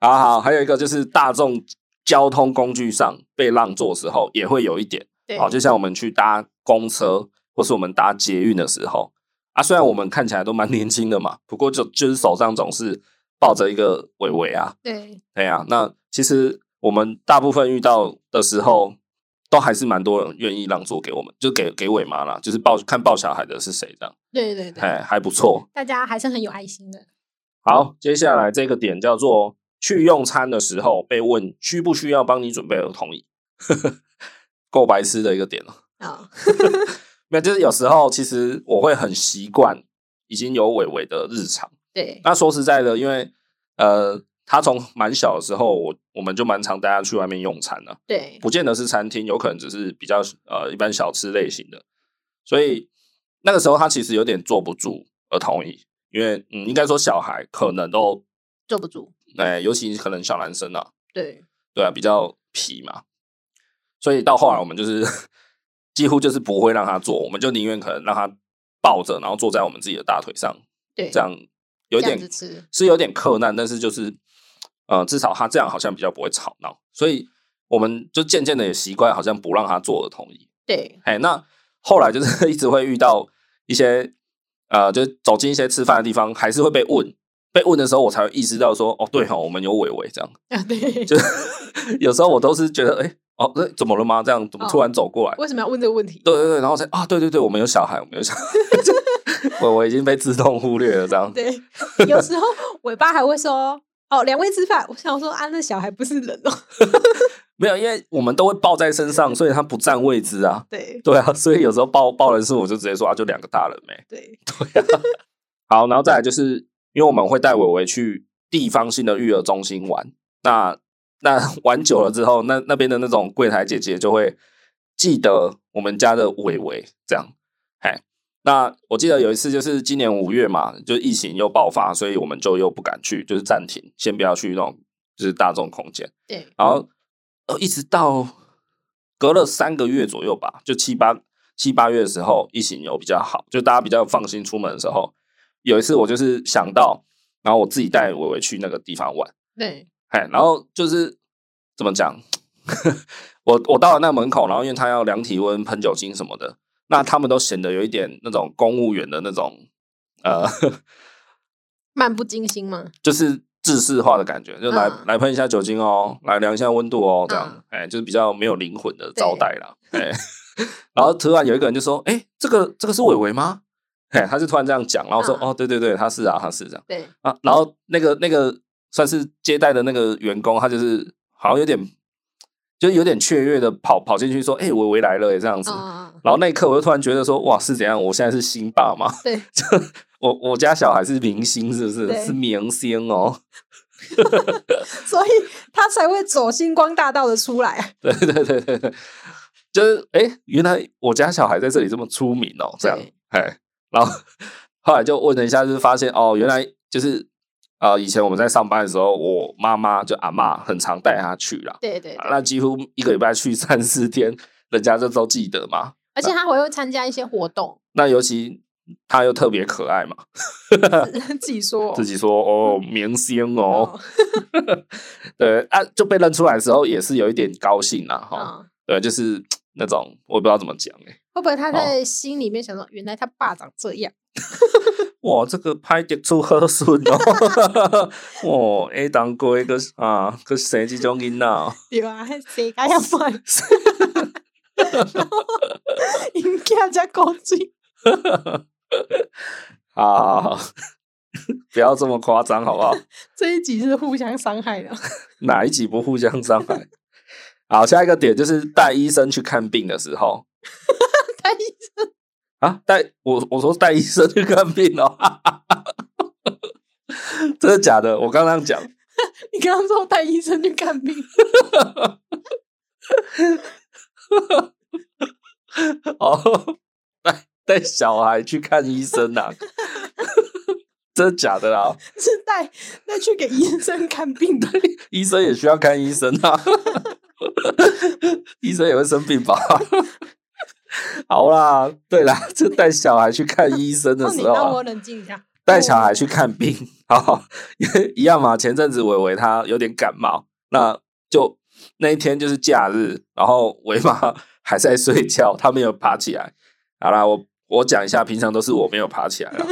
Speaker 1: 好好，还有一个就是大众交通工具上被让座时候也会有一点，
Speaker 2: 对
Speaker 1: 好，就像我们去搭公车或是我们搭捷运的时候啊，虽然我们看起来都蛮年轻的嘛，不过就就是手上总是抱着一个伟伟啊，
Speaker 2: 对
Speaker 1: 对呀、那其实我们大部分遇到的时候，都还是蛮多人愿意让座给我们，就给给伟妈啦，就是抱看抱小孩的是谁这样，
Speaker 2: 对对对，
Speaker 1: 哎，还不错。
Speaker 2: 大家还是很有爱心的。
Speaker 1: 好，接下来这个点叫做去用餐的时候被问需不需要帮你准备儿童椅，够白痴的一个点了。
Speaker 2: 啊、
Speaker 1: 没有，就是有时候其实我会很习惯已经有伟伟的日常。
Speaker 2: 对
Speaker 1: 那说实在的，因为呃，他从蛮小的时候，我我们就蛮常带他去外面用餐了、
Speaker 2: 对
Speaker 1: 不见得是餐厅，有可能只是比较呃一般小吃类型的。所以那个时候他其实有点坐不住儿童椅，因为嗯，应该说小孩可能都
Speaker 2: 坐不住，
Speaker 1: 哎、尤其可能小男生啊，
Speaker 2: 对
Speaker 1: 对啊，比较皮嘛。所以到后来我们就是几乎就是不会让他坐，我们就宁愿可能让他抱着，然后坐在我们自己的大腿上
Speaker 2: 对，
Speaker 1: 这样有一
Speaker 2: 这样
Speaker 1: 点
Speaker 2: 子吃，
Speaker 1: 是有点克难，但是就是呃，至少他这样好像比较不会吵闹，所以我们就渐渐的也习惯，好像不让他做儿童椅。
Speaker 2: 对，
Speaker 1: 哎，那后来就是一直会遇到一些呃，就是走进一些吃饭的地方，还是会被问。被问的时候，我才会意识到说，哦，对哦，我们有伟伟这样。
Speaker 2: 啊对，
Speaker 1: 就是 有时候我都是觉得，哎、哦，那怎么了吗？这样怎么突然走过来？
Speaker 2: 为什么要问这个问题？
Speaker 1: 对对对，然后才啊，对对对，我们有小孩，我们有小孩， 我我已经被自动忽略了这样。
Speaker 2: 对，有时候尾巴还会说：“哦，两位吃饭。”我想说啊，那小孩不是人哦。
Speaker 1: 没有，因为我们都会抱在身上，所以他不占位置啊。
Speaker 2: 对
Speaker 1: 对啊，所以有时候抱抱人数，我就直接说啊，就两个大人没。
Speaker 2: 对
Speaker 1: 好，然后再来就是，因为我们会带伟伟去地方性的育儿中心玩，那那玩久了之后，那那边的那种柜台姐姐就会记得我们家的伟伟这样。嘿，那我记得有一次就是今年五月嘛，就疫情又爆发，所以我们就又不敢去，就是暂停，先不要去那种就是大众空间。
Speaker 2: 对
Speaker 1: 然后呃，一直到隔了三个月左右吧，就七八七八月的时候，疫情有比较好，就大家比较放心出门的时候，有一次我就是想到，然后我自己带伟伟去那个地方玩，
Speaker 2: 对
Speaker 1: 哎，然后就是怎么讲， 我我到了那门口，然后因为他要量体温、喷酒精什么的，那他们都显得有一点那种公务员的那种呃
Speaker 2: 漫不经心嘛。
Speaker 1: 就是制式化的感觉，就来、
Speaker 2: 嗯
Speaker 1: 来喷一下酒精哦，来量一下温度哦，这样
Speaker 2: 嗯，
Speaker 1: 哎、就是比较没有灵魂的招待啦，哎、 然后突然有一个人就说，哎、这个这个是伟伟吗？哎、他就突然这样讲，然后说，
Speaker 2: 嗯
Speaker 1: 哦，对对对，他是啊，他是这样
Speaker 2: 对
Speaker 1: 啊，然后那个那个算是接待的那个员工，他就是好像有点，就是有点雀跃的跑跑进去说，哎、伟伟来了耶，这样子。
Speaker 2: 啊，
Speaker 1: 然后那一刻，我就突然觉得说，哇，是怎样？我现在是新爸吗？
Speaker 2: 对，
Speaker 1: 我我家小孩是明星，是不是？
Speaker 2: 对
Speaker 1: 是明星哦。
Speaker 2: 所以他才会走星光大道的出来。啊
Speaker 1: 对对对对对，就是哎、诶原来我家小孩在这里这么出名哦，这样
Speaker 2: 对
Speaker 1: 哎，然后后来就问了一下，就是发现哦，原来就是呃，以前我们在上班的时候，我妈妈就阿嬷很常带他去啦，
Speaker 2: 对对，
Speaker 1: 啊那几乎一个礼拜去三四天，人家就都记得嘛。
Speaker 2: 而且他还会参加一些活动，
Speaker 1: 那尤其他又特别可爱嘛，
Speaker 2: 自己说
Speaker 1: 自己说哦，明星哦，
Speaker 2: 哦
Speaker 1: 对啊，就被认出来的时候也是有一点高兴啦，哈、
Speaker 2: 啊，
Speaker 1: 对，就是那种我也不知道怎么讲哎、诶
Speaker 2: 会不会他在心里面想说，原来他爸长这样？
Speaker 1: 哇，这个拍得出好顺哦！ 哇，下当过一个啊，去生这种囡仔哦，
Speaker 2: 对啊， 谁该要 饭？然后应该加工具，
Speaker 1: 好好 好，好啊不要这么夸张好不 好？
Speaker 2: 这一集是互相伤害的。
Speaker 1: 哪一集不互相伤害？好，下一个点就是带医生去看病的时候
Speaker 2: 他一
Speaker 1: 啊，带我我说带医生去看病哦， 真的假的？我刚刚讲，
Speaker 2: 你刚刚说带医生去看病，
Speaker 1: 哦， 带带小孩去看医生啊， 真的假的啦？
Speaker 2: 是带带去给医生看病的。
Speaker 1: 医生也需要看医生啊， 医生也会生病吧？ 好啦，对啦，就带小孩去看医生的
Speaker 2: 哦那你
Speaker 1: 时候
Speaker 2: 让
Speaker 1: 啊、
Speaker 2: 我冷静一下。
Speaker 1: 带小孩去看病，好，因为一样嘛。前阵子伟伟他有点感冒，那就那一天就是假日，然后伟妈还在睡觉，她没有爬起来。好啦，我我讲一下，平常都是我没有爬起来啦。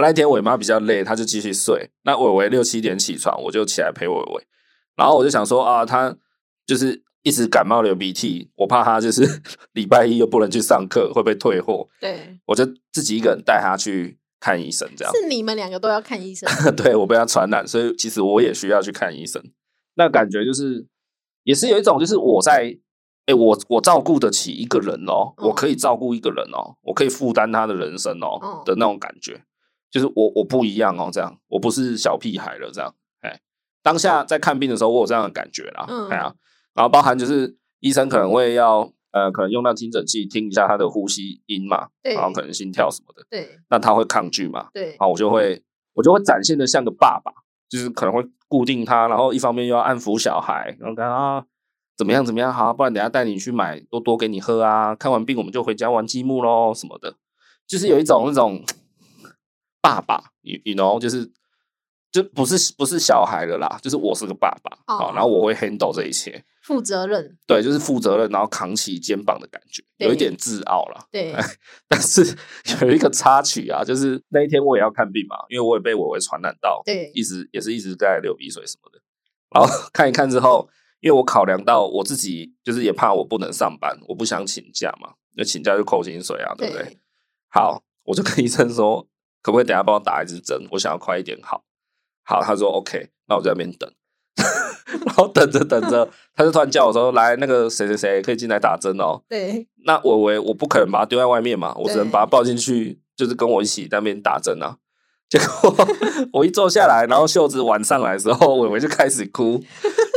Speaker 1: 那一天伟妈比较累，她就继续睡。那伟伟六七点起床，我就起来陪伟伟。然后我就想说啊，他就是一直感冒流鼻涕，我怕他就是 礼拜一又不能去上课，会被退货，
Speaker 2: 对，
Speaker 1: 我就自己一个人带他去看医生，这样。
Speaker 2: 是你们两个都要看医生。
Speaker 1: 对我被他传染，所以其实我也需要去看医生。那感觉就是，也是有一种就是我在，哎、我我照顾得起一个人哦，
Speaker 2: 嗯
Speaker 1: 我可以照顾一个人哦，我可以负担他的人生哦、
Speaker 2: 嗯
Speaker 1: 的那种感觉，就是我我不一样哦，这样我不是小屁孩了，这样，哎，当下在看病的时候，我有这样的感觉啦，
Speaker 2: 嗯
Speaker 1: 哎呀、然后包含就是医生可能会要。呃，可能用到听诊器听一下他的呼吸音嘛，
Speaker 2: 对
Speaker 1: 然后可能心跳什么的，
Speaker 2: 对
Speaker 1: 那他会抗拒嘛？
Speaker 2: 对
Speaker 1: 然后我就会我就会展现的像个爸爸，就是可能会固定他，然后一方面又要安抚小孩，然后跟他啊怎么样怎么样好啊，不然等下带你去买多多给你喝啊，看完病我们就回家玩积木喽什么的，就是有一种那种爸爸，you you know，就是就不是不是小孩了啦，就是我是个爸爸，
Speaker 2: 哦
Speaker 1: 好，然后我会 handle 这一切，
Speaker 2: 负责任，
Speaker 1: 对，就是负责任，然后扛起肩膀的感觉，有一
Speaker 2: 对
Speaker 1: 点自傲啦。
Speaker 2: 对，
Speaker 1: 但是有一个插曲啊，就是那一天我也要看病嘛，因为我也被我为传染到，
Speaker 2: 对，
Speaker 1: 一直也是一直在流鼻水什么的。然后看一看之后，因为我考量到我自己，就是也怕我不能上班，我不想请假嘛，那请假就扣薪水啊，对不对？
Speaker 2: 对
Speaker 1: 好，我就跟医生说，可不可以等一下帮我打一支针？我想要快一点好。好，他说 OK，那我在那边等。 然后等着等着，他就突然叫我说：“来，那个谁谁谁可以进来打针哦。”
Speaker 2: 对，
Speaker 1: 那我我我不可能把它丢在外面嘛，我只能
Speaker 2: 对
Speaker 1: 把它抱进去，就是跟我一起在那边打针啊。结果 我一坐下来，然后袖子挽上来的时候，伟伟就开始哭，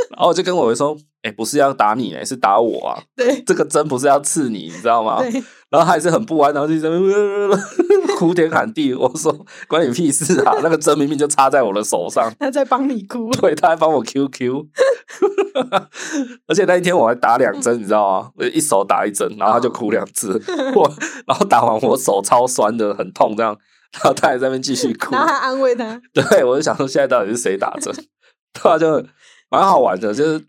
Speaker 1: 然后我就跟伟伟说：“哎、不是要打你、欸，是打我啊！
Speaker 2: 对，
Speaker 1: 这个针不是要刺你，你知道吗？”
Speaker 2: 对，
Speaker 1: 然后他还是很不安，然后就在那边 哭天喊地。我说：“关你屁事啊！那个针明明就插在我的手上。”
Speaker 2: 他在帮你哭，
Speaker 1: 对，他还帮我 QQ，而且那一天我还打两
Speaker 2: 嗯
Speaker 1: 针，你知道吗？我一手打一针，然后他就哭两 次，我然后打完我手超酸的，很痛这样，然后他还在那边继续哭
Speaker 2: 然，后还安慰他，
Speaker 1: 对我就想说现在到底是谁打 针，对啊，就蛮好玩的，就是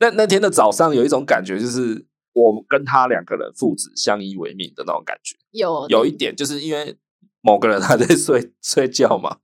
Speaker 1: 那那天的早上有一种感觉，就是我跟他两个人父子相依为命的那种感觉。
Speaker 2: 有
Speaker 1: 有一点就是因为某个人还在睡睡觉嘛，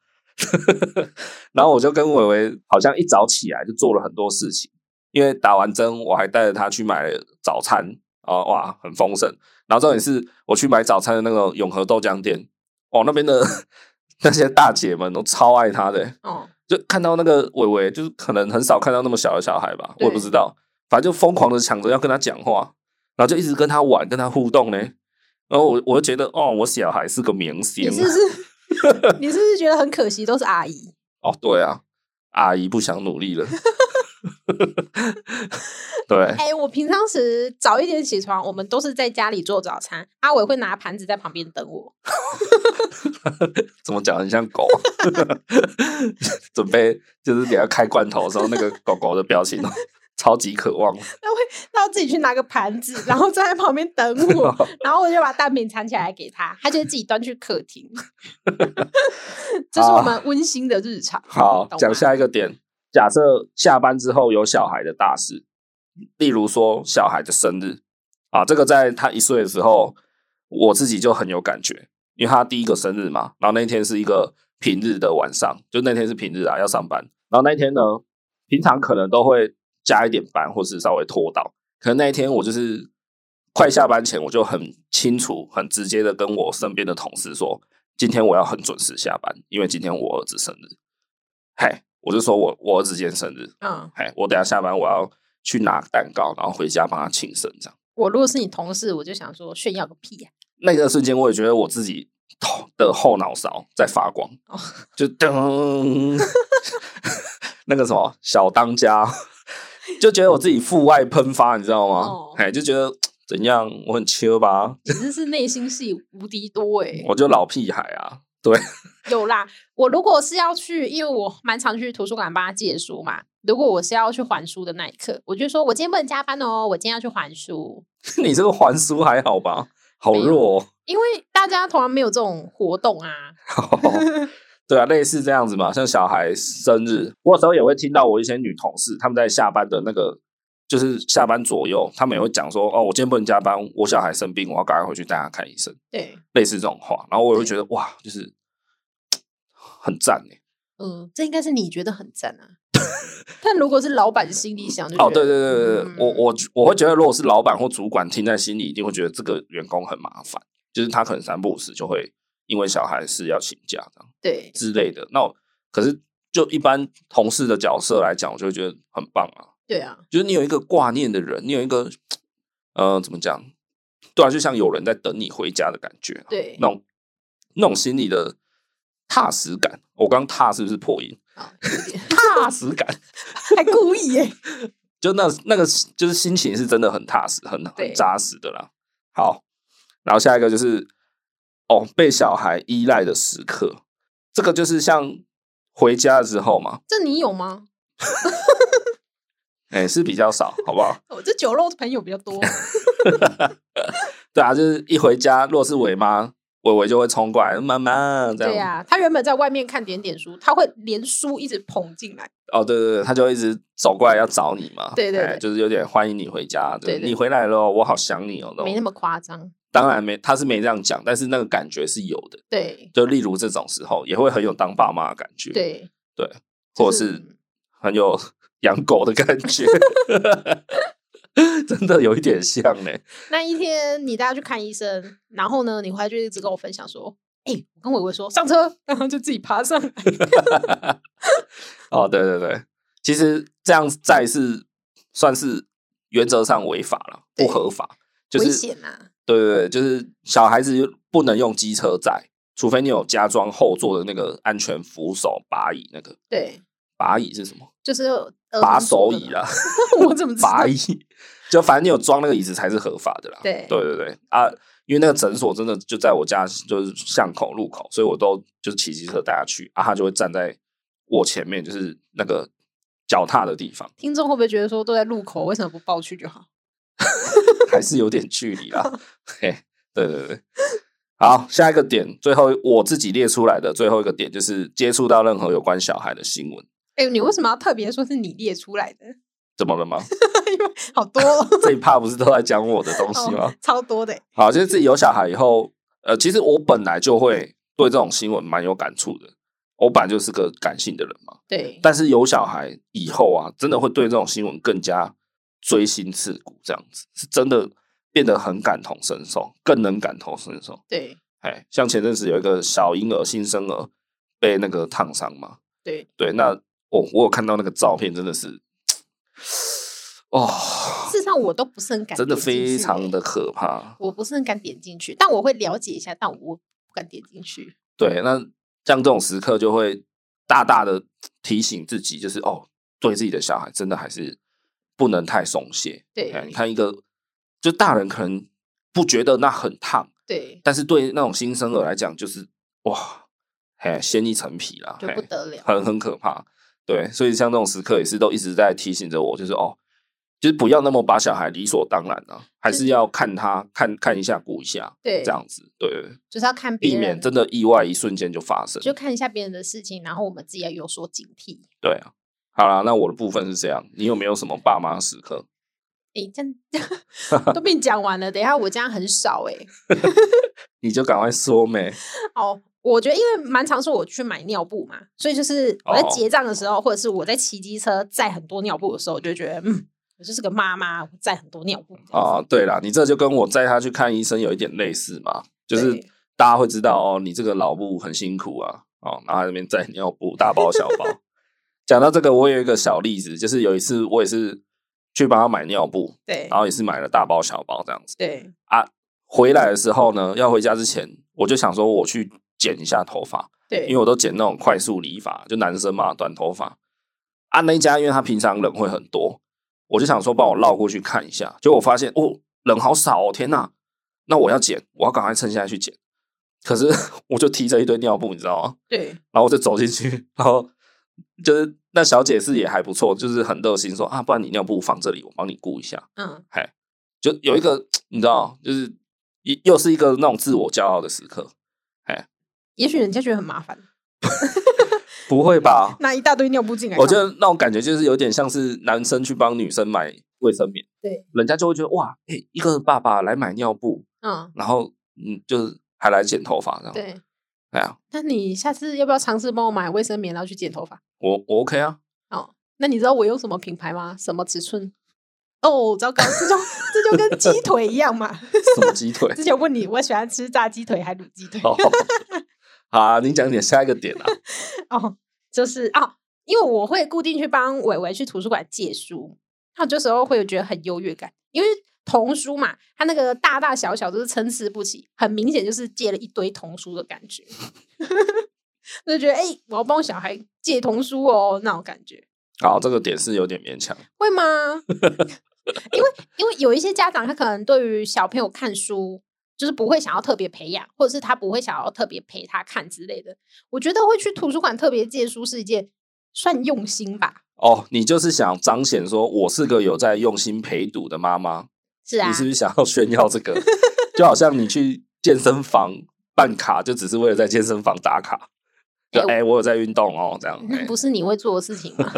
Speaker 1: 然后我就跟伟伟好像一早起来就做了很多事情，因为打完针我还带着他去买了早餐，哦哇，很丰盛。然后重点是我去买早餐的那个永和豆浆店，哦那边的 那些大姐们都超爱他的、
Speaker 2: 哦，
Speaker 1: 就看到那个伟伟，就是可能很少看到那么小的小孩吧，我
Speaker 2: 对
Speaker 1: 也不知道，反正就疯狂的抢着要跟他讲话，然后就一直跟他玩，跟他互动呢。然后我我就觉得，哦，我小孩是个明
Speaker 2: 你
Speaker 1: 星啊
Speaker 2: 是不是你是不是觉得很可惜，都是阿姨？
Speaker 1: 哦，对啊，阿姨不想努力了， 对，
Speaker 2: 哎、我平常时早一点起床，我们都是在家里做早餐。阿伟会拿盘子在旁边等我，
Speaker 1: 怎么讲很像狗， 准备就是给他开罐头的时候，那个狗狗的表情哦，超级渴望，
Speaker 2: 他要自己去拿个盘子，然后站在旁边 等
Speaker 1: 哦
Speaker 2: 我，然后我就把蛋饼铲起来给他，他就会自己端去客 厅。这是我们温馨的日常。
Speaker 1: 好，
Speaker 2: 懂
Speaker 1: 讲
Speaker 2: 吗
Speaker 1: 下一个点。假设下班之后有小孩的大事，例如说小孩的生日啊，这个在他一岁的时候，我自己就很有感觉，因为他第一个生日嘛，然后那一天是一个平日的晚上，就那天是平日啊，要上班，然后那一天呢，平常可能都会加一点班，或是稍微拖到，可能那一天我就是快下班前，我就很清楚、很直接的跟我身边的同事说，今天我要很准时下班，因为今天我儿子生日。嘿，我就说我我儿子今天生日，
Speaker 2: 嗯，
Speaker 1: 嘿，我等一下下班我要去拿蛋糕，然后回家帮他庆生，这样。
Speaker 2: 我如果是你同事，我就想说炫耀个屁呀、啊
Speaker 1: 那个瞬间，我也觉得我自己头的后脑勺在发光，
Speaker 2: 哦
Speaker 1: 就 噔，那个什么小当家，就觉得我自己腹外喷发，你知道吗
Speaker 2: 哦？
Speaker 1: 哎、就觉得怎样，我很缺吧，
Speaker 2: 你真是内心戏无敌 多哎、
Speaker 1: 我就老屁孩啊， 对，
Speaker 2: 有啦，我如果是要去，因为我蛮常去图书馆帮他借书嘛。如果我是要去还书的那一刻，我就说我今天不能加班哦，我今天要去还书，
Speaker 1: 你这个还俗还好吧？好弱、哦，
Speaker 2: 因为大家从来没有这种活动啊。
Speaker 1: 对啊，类似这样子嘛，像小孩生日，我有时候也会听到我一些女同事，她们在下班的那个，就是下班左右，她们也会讲说，哦，我今天不能加班，我小孩生病，我要赶快回去带他看医生，
Speaker 2: 对，
Speaker 1: 类似这种话，然后我也会
Speaker 2: 对
Speaker 1: 觉得哇，就是很赞哎，
Speaker 2: 嗯、这应该是你觉得很赞啊。 但如果是老板心里想就
Speaker 1: 哦，
Speaker 2: 觉
Speaker 1: 对
Speaker 2: 得
Speaker 1: 对对对对，
Speaker 2: 嗯
Speaker 1: 我我我会觉得，如果是老板或主管听在心里，一定会觉得这个员工很麻烦，就是他可能三不五时就会因为小孩是要请假这样。
Speaker 2: 对
Speaker 1: 之类的。那我可是就一般同事的角色来讲，我就会觉得很棒啊，
Speaker 2: 对啊，
Speaker 1: 就是你有一个挂念的人，你有一个呃怎么讲，对啊，就像有人在等你回家的感觉啊、
Speaker 2: 对
Speaker 1: 那种那种心里的踏实感。我刚踏是不是破音？
Speaker 2: 啊，有点
Speaker 1: 踏实感，
Speaker 2: 还故意耶、
Speaker 1: 就那那个就是心情是真的很踏实、很
Speaker 2: 对
Speaker 1: 很扎实的啦。好，然后下一个就是哦，被小孩依赖的时刻，这个就是像回家之后嘛，
Speaker 2: 这你有吗？
Speaker 1: 哎、是比较少，好不好？
Speaker 2: 我、哦这 酒肉朋友比较多，
Speaker 1: 对啊，就是一回家，若是伟妈伟伟就会冲过来，妈妈这样。
Speaker 2: 对啊呀、他原本在外面看点点书，他会连书一直捧进来。
Speaker 1: 哦，对对对，他就一直走过来要找你嘛。
Speaker 2: 对对
Speaker 1: 哎
Speaker 2: 对
Speaker 1: 就是有点欢迎你回家，
Speaker 2: 对对
Speaker 1: 你回来了，我好想你哦。
Speaker 2: 没那
Speaker 1: 么，
Speaker 2: 么夸张。
Speaker 1: 当然没，他是没这样讲，但是那个感觉是有的。
Speaker 2: 对
Speaker 1: 就例如这种时候，也会很有当爸妈的感觉，，
Speaker 2: 对，
Speaker 1: 嗯或
Speaker 2: 就
Speaker 1: 者是很有 养狗的感 觉，真的有一点像欸呢、
Speaker 2: 那一天你带他去看医生，然后呢，你回来就一直跟我分享说：“哎、我跟伟伟说上车，然后就自己爬上来。
Speaker 1: 哦，对对对，其实这样再是算是原则上违法了，不
Speaker 2: 对
Speaker 1: 合法，就
Speaker 2: 危
Speaker 1: 是
Speaker 2: 险啊！
Speaker 1: 对对对，就是小孩子不能用机车载，除非你有加装后座的那个安全扶手把椅，那个
Speaker 2: 对，
Speaker 1: 把椅是什么？
Speaker 2: 就是儿
Speaker 1: 把
Speaker 2: 童坐
Speaker 1: 手
Speaker 2: 呃的
Speaker 1: 椅
Speaker 2: 嘛
Speaker 1: 啦，
Speaker 2: 我怎么知道
Speaker 1: 把？椅， 就反正你有装那个椅子才是合法的啦。
Speaker 2: 对
Speaker 1: 对对对啊，因为那个诊所真的就在我家就是巷口路口，所以我都就是骑机车带他去啊，他就会站在我前面，就是那个脚踏的地方，
Speaker 2: 听众会不会觉得说都在路口，为什么不抱去就好？
Speaker 1: 还是有点距离啦。嘿，对对对。好，下一个点，最后我自己列出来的最后一个点就是接触到任何有关小孩的新闻，
Speaker 2: 哎、你为什么要特别说是你列出来的？
Speaker 1: 怎么了吗？
Speaker 2: 因为好多、哦，
Speaker 1: 这一 趴不啊是都在讲我的东西吗？
Speaker 2: 超多的、欸
Speaker 1: 好，就是自己有小孩以后，呃，其实我本来就会对这种新闻蛮有感触的。我本来就是个感性的人嘛，
Speaker 2: 对，
Speaker 1: 但是有小孩以后啊，真的会对这种新闻更加锥心刺骨，这样子是真的变得很感同身受，更能感同身受。
Speaker 2: 对
Speaker 1: 哎，像前阵子有一个小婴儿新生儿被那个烫伤嘛，
Speaker 2: 对，
Speaker 1: 对，那我我有看到那个照片，真的是，哦，
Speaker 2: 事实上我都不是很敢，
Speaker 1: 真的非常的，可怕。
Speaker 2: 欸我不是很敢点进去，但我会了解一下，但我不敢点进去。
Speaker 1: 对，那像这种时刻就会大大的提醒自己，就是哦，对自己的小孩真的还是不能太松懈。
Speaker 2: 对
Speaker 1: 哎你看一个，就大人可能不觉得那很烫，
Speaker 2: 对，
Speaker 1: 但是对那种新生儿来讲，就是哇，哎，掀一层皮啦，
Speaker 2: 就
Speaker 1: 嘿
Speaker 2: 不得了。
Speaker 1: 很很可怕。对，所以像这种时刻也是都一直在提醒着我，就是哦，就是不要那么把小孩理所当然啊，还是要看他看看一下顾一下，
Speaker 2: 对
Speaker 1: 这样子，对对对，
Speaker 2: 就是要看
Speaker 1: 避
Speaker 2: 别
Speaker 1: 免
Speaker 2: 人，
Speaker 1: 真的意外一瞬间就发生。
Speaker 2: 就看一下别人的事情，然后我们自己要有所警惕。
Speaker 1: 对啊，好啦，那我的部分是这样，你有没有什么爸妈时刻？
Speaker 2: 诶，这 样都被你讲完了，等一下我这样很少诶。
Speaker 1: 你就赶快说没？
Speaker 2: 哦，我觉得因为蛮常是我去买尿布嘛，所以就是我在
Speaker 1: 哦
Speaker 2: 结账的时候，或者是我在骑机车载很多尿布的时候，我就会觉得嗯，我就是个妈妈，我载很多尿布这样子。
Speaker 1: 哦，对啦，你这就跟我载他去看医生有一点类似嘛，就是
Speaker 2: 对
Speaker 1: 大家会知道哦，你这个老布很辛苦啊，哦，然后在那边载尿布，大包小包。讲到这个，我有一个小例子，就是有一次我也是去帮他买尿布，
Speaker 2: 对
Speaker 1: 然后也是买了大包小包这样子。
Speaker 2: 对
Speaker 1: 回来的时候呢，要回家之前，我就想说我去剪一下头发，
Speaker 2: 对，
Speaker 1: 因为我都剪那种快速理发，就男生嘛，短头发。啊，那一家因为他平常人会很多，我就想说帮我绕过去看一下，结果我发现哦，人好少哦，天呐！那我要剪，我要赶快趁现在去剪。可是 我就提着一堆尿布，你知道吗？
Speaker 2: 对
Speaker 1: 然后我就走进去，然后就是那小姐是也还不错，就是很热心说啊，不然你尿布放这里，我帮你顾一下。
Speaker 2: 嗯
Speaker 1: 就有一个你知道，就是又又是一个那种自我骄傲的时刻。
Speaker 2: 也许人家觉得很麻烦，
Speaker 1: 不会吧？
Speaker 2: 拿一大堆尿布进来干
Speaker 1: 我
Speaker 2: 嘛，
Speaker 1: 觉得那种感觉就是有点像是男生去帮女生买卫生棉，
Speaker 2: 对，
Speaker 1: 人家就会觉得哇，哎、一个爸爸来买尿布，
Speaker 2: 嗯
Speaker 1: 然后嗯，就是还来剪头发这样，
Speaker 2: 对。
Speaker 1: 哎呀，
Speaker 2: 那你下次要不要尝试帮我买卫生棉，然后去剪头发？
Speaker 1: 我我 OK 啊，
Speaker 2: 哦，那你知道我用什么品牌吗？什么尺寸？哦，糟糕，这就 这就跟鸡腿一样嘛。
Speaker 1: 什么鸡腿
Speaker 2: 之前问你我喜欢吃炸鸡腿还卤鸡腿，
Speaker 1: 哦， 好啊，你讲点下一个点啊，
Speaker 2: 哦，就是哦，因为我会固定去帮伟伟去图书馆借书，他这时候会有觉得很优越感，因为童书嘛，他那个大大小小都是参差不齐，很明显就是借了一堆童书的感觉， 就觉得哎、我要帮小孩借童书哦，那种感觉
Speaker 1: 好，这个点是有点勉强，
Speaker 2: 会吗？ 因为因为有一些家长他可能对于小朋友看书。就是不会想要特别培养，或者是他不会想要特别陪他看之类的。我觉得会去图书馆特别借书是一件算用心吧。
Speaker 1: 哦，你就是想彰显说我是个有在用心陪读的妈妈，
Speaker 2: 是啊，
Speaker 1: 你是不是想要炫耀这个？就好像你去健身房办卡就只是为了在健身房打卡，就
Speaker 2: 哎
Speaker 1: 哎、我有在运动哦，这样。
Speaker 2: 那
Speaker 1: 哎
Speaker 2: 不是你会做的事情吗？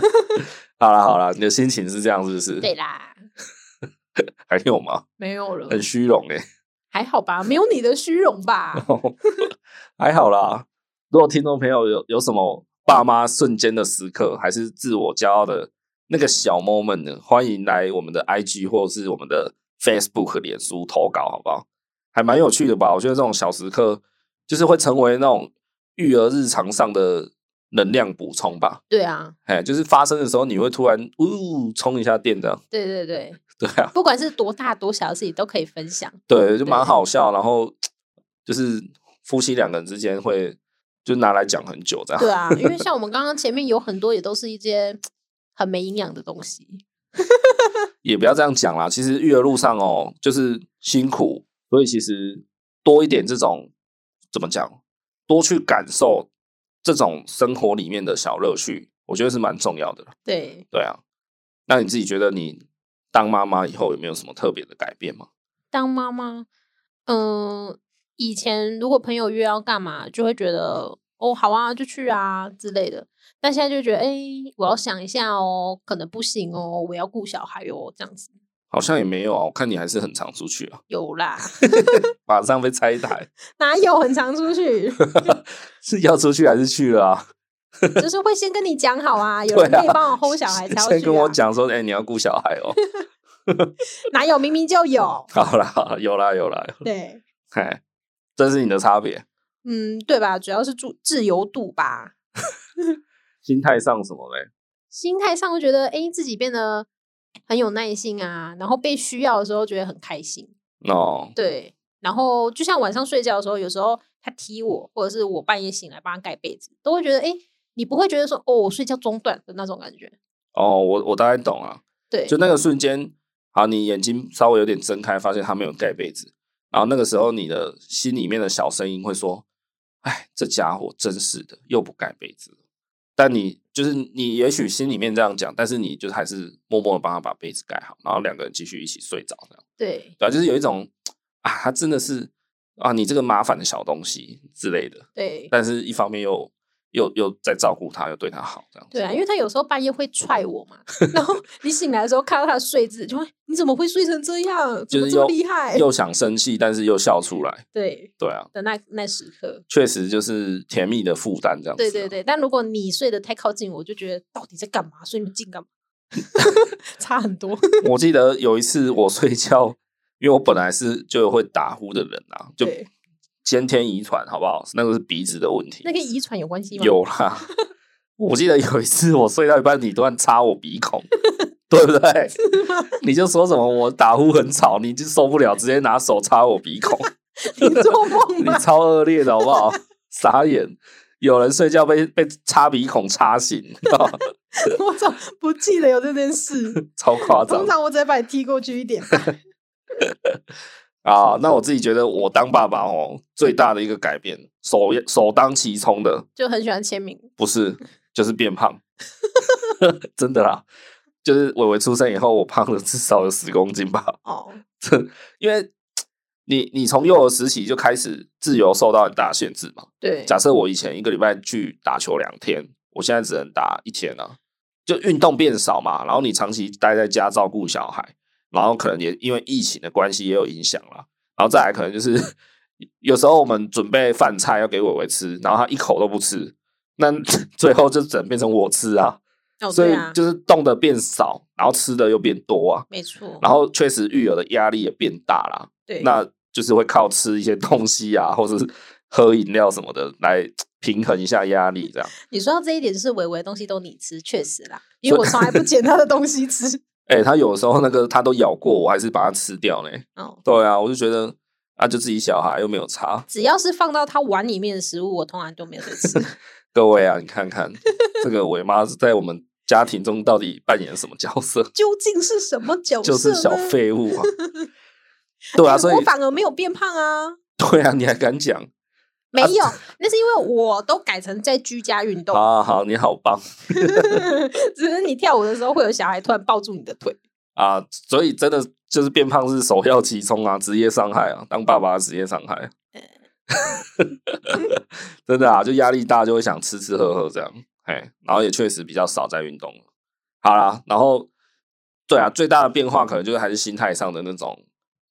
Speaker 1: 好啦好啦，你的心情是这样是不是？
Speaker 2: 对啦，
Speaker 1: 还有吗？
Speaker 2: 没有了，
Speaker 1: 很虚荣哎、
Speaker 2: 还好吧，没有你的虚荣吧？
Speaker 1: 还好啦。如果听众朋友有有什么爸妈瞬间的时刻，还是自我骄傲的那个小 moment 呢，欢迎来我们的 IG 或是我们的 Facebook、脸书投稿，好不好？还蛮有趣的吧？我觉得这种小时刻就是会成为那种育儿日常上的能量补充吧。
Speaker 2: 对啊，
Speaker 1: 哎，就是发生的时候，你会突然呜充一下电这样，
Speaker 2: 对对对，
Speaker 1: 对啊，
Speaker 2: 不管是多大多小的事情都可以分享。
Speaker 1: 对，就蛮好笑。然后就是夫妻两个人之间会就拿来讲很久这样。
Speaker 2: 对啊，因为像我们刚刚前面有很多也都是一些很没营养的东西。
Speaker 1: 也不要这样讲啦。其实育儿路上哦，就是辛苦，所以其实多一点这种怎么讲，多去感受这种生活里面的小乐趣，我觉得是蛮重要的。
Speaker 2: 对，
Speaker 1: 对啊，那你自己觉得你当妈妈以后有没有什么特别的改变吗？
Speaker 2: 当妈妈，嗯、以前如果朋友约要干嘛，就会觉得哦，好啊，就去啊之类的。但现在就觉得，哎、我要想一下哦，可能不行哦，我要顾小孩哦，这样子
Speaker 1: 好像也没有啊，我看你还是很常出去啊，
Speaker 2: 有啦，
Speaker 1: 马上被拆台，
Speaker 2: 哪有很常出去？
Speaker 1: 是要出去还是去了啊？
Speaker 2: 就是会先跟你讲好啊，有
Speaker 1: 对
Speaker 2: 人可以
Speaker 1: 啊
Speaker 2: 帮我哄小孩才会
Speaker 1: 先
Speaker 2: 去
Speaker 1: 跟我
Speaker 2: 啊，
Speaker 1: 讲说，哎、你要顾小孩哦。。
Speaker 2: 哪有明明就有
Speaker 1: 好啦，好啦，有啦，有啦，有啦
Speaker 2: 对，
Speaker 1: 嘿，这是你的差别。
Speaker 2: 嗯，对吧？主要是自自由度吧。
Speaker 1: 心态上什么嘞？
Speaker 2: 心态上会觉得，哎、自己变得很有耐心啊，然后被需要的时候觉得很开心，
Speaker 1: 哦，
Speaker 2: 对。然后就像晚上睡觉的时候，有时候他踢我，或者是我半夜醒来帮他盖被子，都会觉得，哎、你不会觉得说，哦，我睡觉中断的那种感觉，
Speaker 1: 哦，我我大概懂啊，
Speaker 2: 对，
Speaker 1: 就那个瞬间，好，你眼睛稍微有点睁开，发现他没有盖被子，然后那个时候你的心里面的小声音会说：“哎，这家伙真是的，又不盖被子。”但你就是你，也许心里面这样讲，但是你就还是默默的帮他把被子盖好，然后两个人继续一起睡着，这样
Speaker 2: 对
Speaker 1: 对吧、就是有一种啊，他真的是啊，你这个麻烦的小东西之类的，
Speaker 2: 对
Speaker 1: 但是一方面又又又在照顾他，又对他好，这样子
Speaker 2: 对啊，因为他有时候半夜会踹我 嘛，然后你醒来的时候看到他的睡姿，就会你怎么会睡成这样？怎
Speaker 1: 就
Speaker 2: 么
Speaker 1: 是
Speaker 2: 这么
Speaker 1: 又
Speaker 2: 厉害？
Speaker 1: 又想生气，但是又笑出来。
Speaker 2: 对
Speaker 1: 对啊，
Speaker 2: 的那那时刻，
Speaker 1: 确实就是甜蜜的负担这样子、啊
Speaker 2: 对对，对，但如果你睡得太靠近我，就觉得到底在干嘛？睡那么近干 嘛？ 差很多。
Speaker 1: 我记得有一次我睡觉，因为我本来是就会打呼的人啊，就
Speaker 2: 对，
Speaker 1: 先天遗传好不好？那个是鼻子的问题
Speaker 2: 那，跟遗传有关系吗？
Speaker 1: 有啦。我记得有一次我睡到一半，你突然插我鼻 孔，对不对？你就说什么我打呼很吵，你就受不了，直接拿手插我鼻 孔。
Speaker 2: 你做梦
Speaker 1: 你
Speaker 2: 吧？
Speaker 1: 超恶劣的好不好？傻眼，有人睡觉被被插鼻孔插醒， 你知道吗
Speaker 2: 我怎么不记得有这 件事？
Speaker 1: 超夸张
Speaker 2: 通常我只把你踢过去一点吧。
Speaker 1: 啊！那我自己觉得，我当爸爸哦，最大的一个改变，首首当其冲的
Speaker 2: 就很喜欢签名。
Speaker 1: 不是就是变胖， 真的啦。就是伟伟出生以后，我胖了至少有十公斤吧，
Speaker 2: 哦，
Speaker 1: 因为你你从幼儿时期就开始自由受到很大的限制嘛。
Speaker 2: 对，
Speaker 1: 假设我以前一个礼拜去打球两天，我现在只能打一天啊，就运动变少嘛，然后你长期待在家照顾小孩，然后可能也因为疫情的关系也有影响啦，然后再来可能就是有时候我们准备饭菜要给伟伟吃，然后他一口都不吃，那 最后就只能变成我吃啊，
Speaker 2: 哦，
Speaker 1: 所
Speaker 2: 对
Speaker 1: 以
Speaker 2: 啊，
Speaker 1: 就是动的变少，然后吃的又变多啊，
Speaker 2: 没错。
Speaker 1: 然后确实育儿的压力也变大啦，
Speaker 2: 对，
Speaker 1: 那就是会靠吃一些东西啊，或者是喝饮料什么的来平衡一下压力，这样。
Speaker 2: 你说到这一点，就是伟伟的东西都你吃，确实啦，因为我从来 不捡他的东西吃。
Speaker 1: 哎、他有时候那个他都咬过我，还是把它吃掉呢。
Speaker 2: 哦，
Speaker 1: 对啊，我就觉得啊，就自己小孩又没有差。
Speaker 2: 只要是放到他碗里面的食物，我通常都没有在 吃。
Speaker 1: 各位啊，你看看这个伟妈在我们家庭中到底扮演什么角色？
Speaker 2: 究竟是什么角
Speaker 1: 就
Speaker 2: 色呢？
Speaker 1: 是小废物 啊。对啊，所以
Speaker 2: 我反而没有变胖啊，
Speaker 1: 对啊，你还敢讲？
Speaker 2: 没有，那是因为我都改成在居家运动，
Speaker 1: 啊好好好，你好棒
Speaker 2: 只是你跳舞的时候会有小孩突然抱住你的腿，
Speaker 1: 啊！所以真的就是变胖是首要其冲啊，职业伤害啊，当爸爸的职业伤害。 真的啊，就压力大就会想吃吃喝喝这样，哎，然后也确实比较少在运动了。好啦，然后对啊，最大的变化可能就是还是心态上的那种，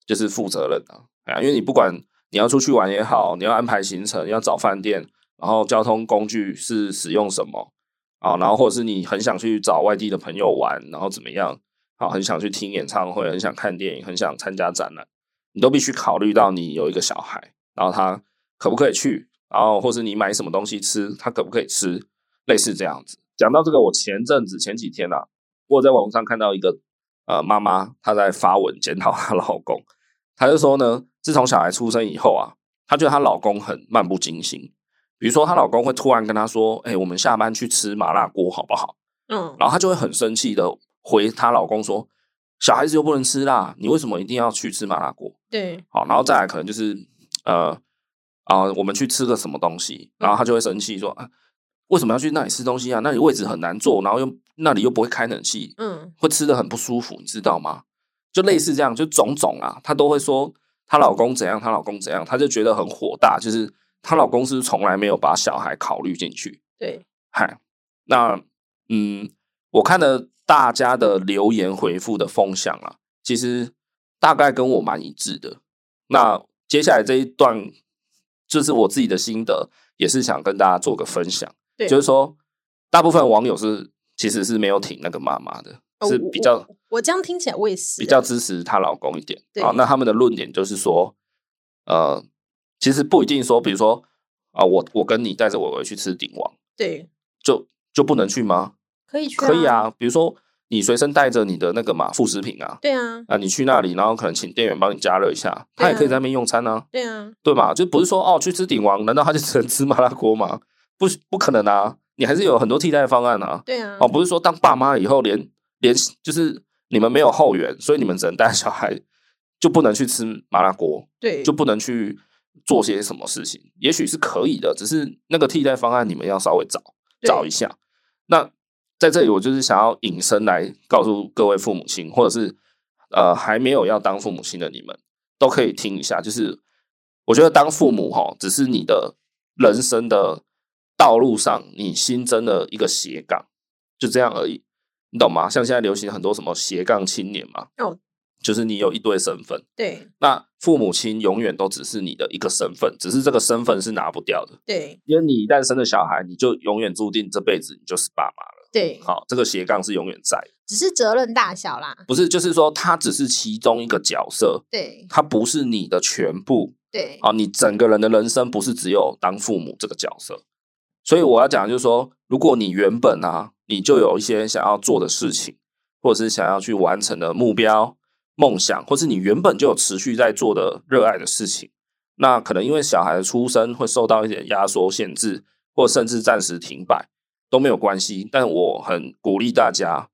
Speaker 1: 就是负责任啊，哎呀，因为你不管你要出去玩也好，你要安排行程，要找饭店，然后交通工具是使用什么啊，然后或者是你很想去找外地的朋友玩，然后怎么样啊，很想去听演唱会，很想看电影，很想参加展览，你都必须考虑到你有一个小孩，然后他可不可以去，然后或是你买什么东西吃，他可不可以吃，类似这样子。讲到这个，我前阵子前几天啊，我有在网上看到一个呃妈妈，她在发文检讨她老公，她就说呢，自从小孩出生以后啊，她觉得她老公很漫不经心。比如说，她老公会突然跟她说：“哎、我们下班去吃麻辣锅好不好？”
Speaker 2: 嗯，
Speaker 1: 然后她就会很生气的回她老公说：“小孩子又不能吃辣，你为什么一定要去吃麻辣锅？”
Speaker 2: 对，
Speaker 1: 好，然后再来可能就是呃啊、我们去吃个什么东西，然后他就会生气说、啊，为什么要去那里吃东西啊？那里位置很难坐，然后又那里又不会开冷气，
Speaker 2: 嗯，
Speaker 1: 会吃的很不舒服，你知道吗？就类似这样，就种种啊，她都会说她老公怎样，她老公怎样，她就觉得很火大，就是她老公是从来没有把小孩考虑进去。
Speaker 2: 对，
Speaker 1: 嗨，那嗯，我看了大家的留言回复的风向啊，其实大概跟我蛮一致的。那
Speaker 2: 嗯
Speaker 1: 接下来这一段就是我自己的心得，也是想跟大家做个分享，
Speaker 2: 对，
Speaker 1: 就是说，大部分网友是其实是没有挺那个妈妈的，
Speaker 2: 哦
Speaker 1: 是
Speaker 2: 我
Speaker 1: 比较
Speaker 2: 我我这样听起来我也是
Speaker 1: 比较
Speaker 2: 啊
Speaker 1: 支持她老公一点
Speaker 2: 对
Speaker 1: 啊。那他们的论点就是说，呃，其实不一定说，比如说啊、我我跟你带着我回去吃鼎王，
Speaker 2: 对，
Speaker 1: 就就不能去吗？
Speaker 2: 可以去，
Speaker 1: 可以，啊，比如说你随身带着你的那个嘛副食品啊，
Speaker 2: 对啊，
Speaker 1: 啊，你去那里，然后可能请店员帮你加热一下，他也可以在那边用餐啊，
Speaker 2: 对啊，
Speaker 1: 对吧？就不是说哦去吃鼎王，难道他就只能吃麻辣锅吗？不是，不可能啊，你还是有很多替代方案啊。
Speaker 2: 对啊，
Speaker 1: 哦，不是说当爸妈以后连连就是你们没有后援，所以你们只能带小孩，就不能去吃麻辣锅，
Speaker 2: 对，
Speaker 1: 就不能去做些什么事情，也许是可以的，只是那个替代方案你们要稍微找。
Speaker 2: 对
Speaker 1: 找一下。那在这里，我就是想要引申来告诉各位父母亲，或者是呃还没有要当父母亲的你们，都可以听一下。就是我觉得当父母哈，只是你的人生的道路上你新增的一个斜杠，就这样而已，你懂吗？像现在流行很多什么斜杠青年嘛，
Speaker 2: 哦，
Speaker 1: 就是你有一堆身份，
Speaker 2: 对
Speaker 1: 那父母亲永远都只是你的一个身份，只是这个身份是拿不掉的。
Speaker 2: 对
Speaker 1: 因为你一旦生了小孩，你就永远注定这辈子你就是爸妈了。
Speaker 2: 对，
Speaker 1: 好，这个斜杠是永远在的，
Speaker 2: 只是责任大小啦，
Speaker 1: 不是就是说他只是其中一个角色，
Speaker 2: 对
Speaker 1: 他不是你的全部
Speaker 2: 对
Speaker 1: 啊。你整个人的人生不是只有当父母这个角色，所以我要讲的就是说，如果你原本啊，你就有一些想要做的事情，或者是想要去完成的目标、梦想，或是你原本就有持续在做的热爱的事情，那可能因为小孩的出生会受到一点压缩限制，或甚至暂时停摆都没有关系。但我很鼓励大家，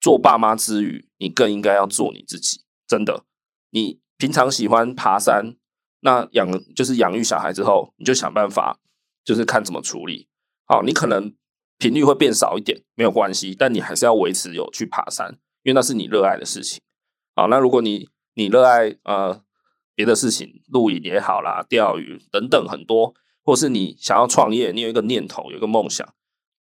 Speaker 1: 做爸妈之余，你更应该要做你自己。真的，你平常喜欢爬山，那养就是养育小孩之后，你就想办法，就是看怎么处理。好，你可能频率会变少一点，没有关系，但你还是要维持有去爬山，因为那是你热爱的事情。好，那如果你你热爱呃别的事情，露营也好啦，钓鱼等等很多，或是你想要创业，你有一个念头，有一个梦想，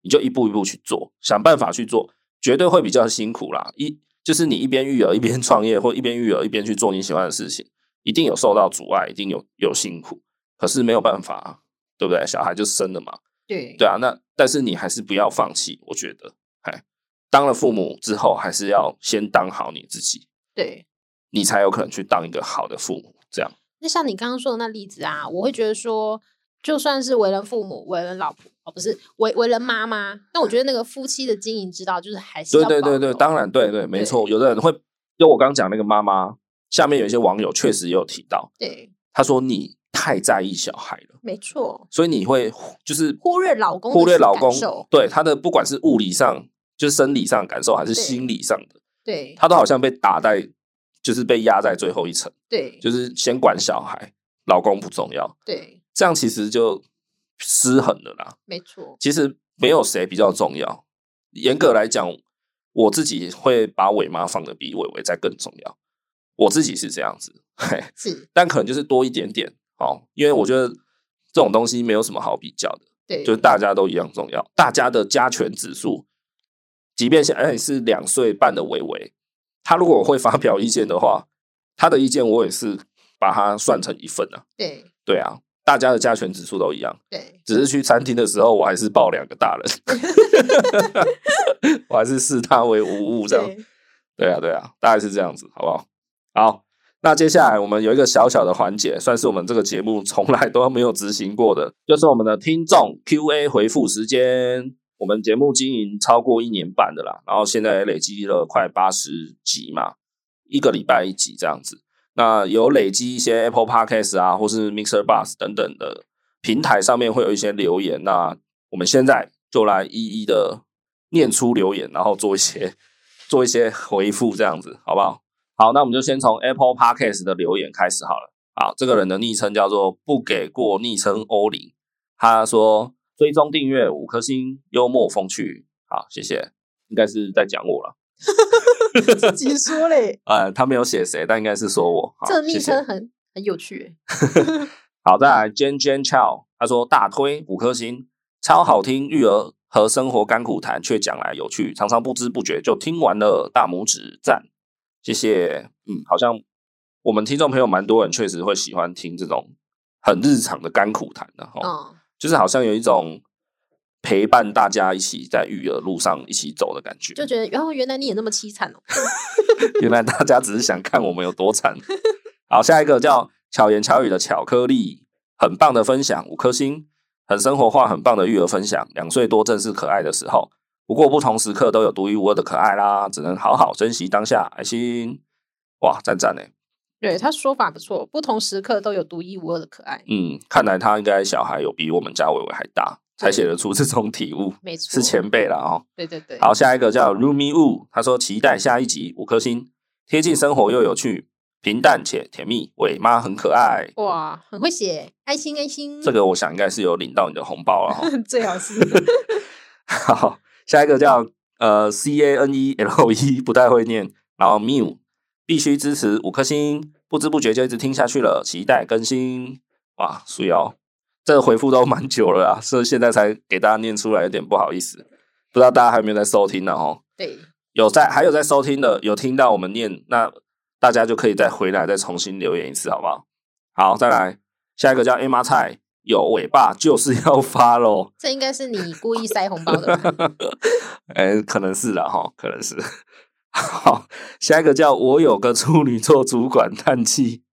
Speaker 1: 你就一步一步去做，想办法去做，绝对会比较辛苦啦。一就是你一边育儿一边创业，或一边育儿一边去做你喜欢的事情，一定有受到阻碍，一定有有辛苦，可是没有办法、啊，对不对？小孩就生了嘛，
Speaker 2: 对
Speaker 1: 对啊，那但是你还是不要放弃，我觉得，哎，当了父母之后，还是要先当好你自己，
Speaker 2: 对，
Speaker 1: 你才有可能去当一个好的父母。这样，
Speaker 2: 那像你刚刚说的那例子啊，我会觉得说，就算是为人父母、为人老婆，哦，不是为为人妈妈，但我觉得那个夫妻的经营之道就是还是
Speaker 1: 对
Speaker 2: 要
Speaker 1: 对对
Speaker 2: 保
Speaker 1: 对，
Speaker 2: 留
Speaker 1: 当然对对，没错。有的人会，就我刚讲那个妈妈，下面有一些网友确实也有提到，
Speaker 2: 对，
Speaker 1: 他说你太在意小孩了，
Speaker 2: 没错，
Speaker 1: 所以你会就是
Speaker 2: 忽略老公的
Speaker 1: 忽略老
Speaker 2: 感
Speaker 1: 公
Speaker 2: 受，
Speaker 1: 对他的不管是物理上就是生理上的感受，还是
Speaker 2: 对
Speaker 1: 心理上的，
Speaker 2: 对
Speaker 1: 他都好像被打在，就是被压在最后一层，
Speaker 2: 对
Speaker 1: 就是先管小孩，老公不重要。
Speaker 2: 对，
Speaker 1: 这样其实就失衡了啦。
Speaker 2: 没错，
Speaker 1: 其实没有谁比较重要，严格来讲，我自己会把伟妈放的比伟伟在更重要，我自己是这样子，嘿，
Speaker 2: 是
Speaker 1: 但可能就是多一点点哦，因为我觉得这种东西没有什么好比较的，
Speaker 2: 对，
Speaker 1: 就是大家都一样重要。大家的加权指数，即便现在是两岁半的维维，他如果会发表意见的话，他的意见我也是把它算成一份啊。
Speaker 2: 对
Speaker 1: 对啊，大家的加权指数都一样，
Speaker 2: 对，
Speaker 1: 只是去餐厅的时候我还是抱两个大人， 我还是视他为无物这样。
Speaker 2: 对
Speaker 1: 对啊，对啊，大概是这样子，好不好？好，那接下来我们有一个小小的环节，算是我们这个节目从来都没有执行过的，就是我们的听众 Q&A 回复时间。我们节目经营超过一年半的啦，然后现在累积了快八十集嘛，一个礼拜一集这样子。那有累积一些 Apple Podcast 啊，或是 Mixer Bus 等等的平台上面会有一些留言，那我们现在就来一一的念出留言，然后做一些做一些回复，这样子好不好？好，那我们就先从 Apple Podcast 的留言开始好了。好，这个人的昵称叫做不给过，昵称欧林。他说追踪订阅五颗星，幽默风趣。好，谢谢，应该是在讲我了。
Speaker 2: 自己说嘞，
Speaker 1: 呃，他没有写谁，但应该是说我。好
Speaker 2: 这
Speaker 1: 谢
Speaker 2: 昵
Speaker 1: 谢
Speaker 2: 称很很有趣欸，
Speaker 1: 好，再来 Jan Jan Chow，他说大推五颗星，超好听，育儿和生活甘苦谈，却讲来有趣，常常不知不觉就听完了，大拇指赞，谢谢。嗯，好像我们听众朋友蛮多人确实会喜欢听这种很日常的甘苦谈的哈，哦
Speaker 2: 嗯，
Speaker 1: 就是好像有一种陪伴大家一起在育儿路上一起走的感觉。
Speaker 2: 就觉得，然后原来你也那么凄惨哦，
Speaker 1: 原来大家只是想看我们有多惨。好，下一个叫巧言巧语的巧克力，很棒的分享，五颗星，很生活化，很棒的育儿分享。两岁多正是可爱的时候，不过不同时刻都有独一无二的可爱啦，只能好好珍惜当下。爱心，哇，赞赞哎，
Speaker 2: 对他说法不错，不同时刻都有独一无二的可爱，
Speaker 1: 嗯，看来他应该小孩有比我们家伟伟还大，才写得出这种体悟，
Speaker 2: 没错，
Speaker 1: 是前辈啦哦。
Speaker 2: 对对对，
Speaker 1: 好，下一个叫 Rumi Wu，他说期待下一集五颗星，贴近生活又有趣，平淡且甜蜜，伟妈很可爱。
Speaker 2: 哇，很会写，爱心爱心，
Speaker 1: 这个我想应该是有领到你的红包了哈。
Speaker 2: 最好是
Speaker 1: 好，下一个叫呃 C A N E L E，不太会念，然后 Miu 必须支持五颗星，不知不觉就一直听下去了，期待更新。哇，苏瑶，这个回复都蛮久了啊，所以现在才给大家念出来，有点不好意思，不知道大家还有没有在收听呢？哦。
Speaker 2: 对
Speaker 1: 有在还有在收听的，有听到我们念，那大家就可以再回来再重新留言一次，好不好？好，再来下一个叫 A 妈菜，有尾巴就是要发喽。？
Speaker 2: 这应该是你故意塞红包的吧
Speaker 1: 哎、可能是啦，哈，可能是。好，下一个叫我有个处女座主管叹气。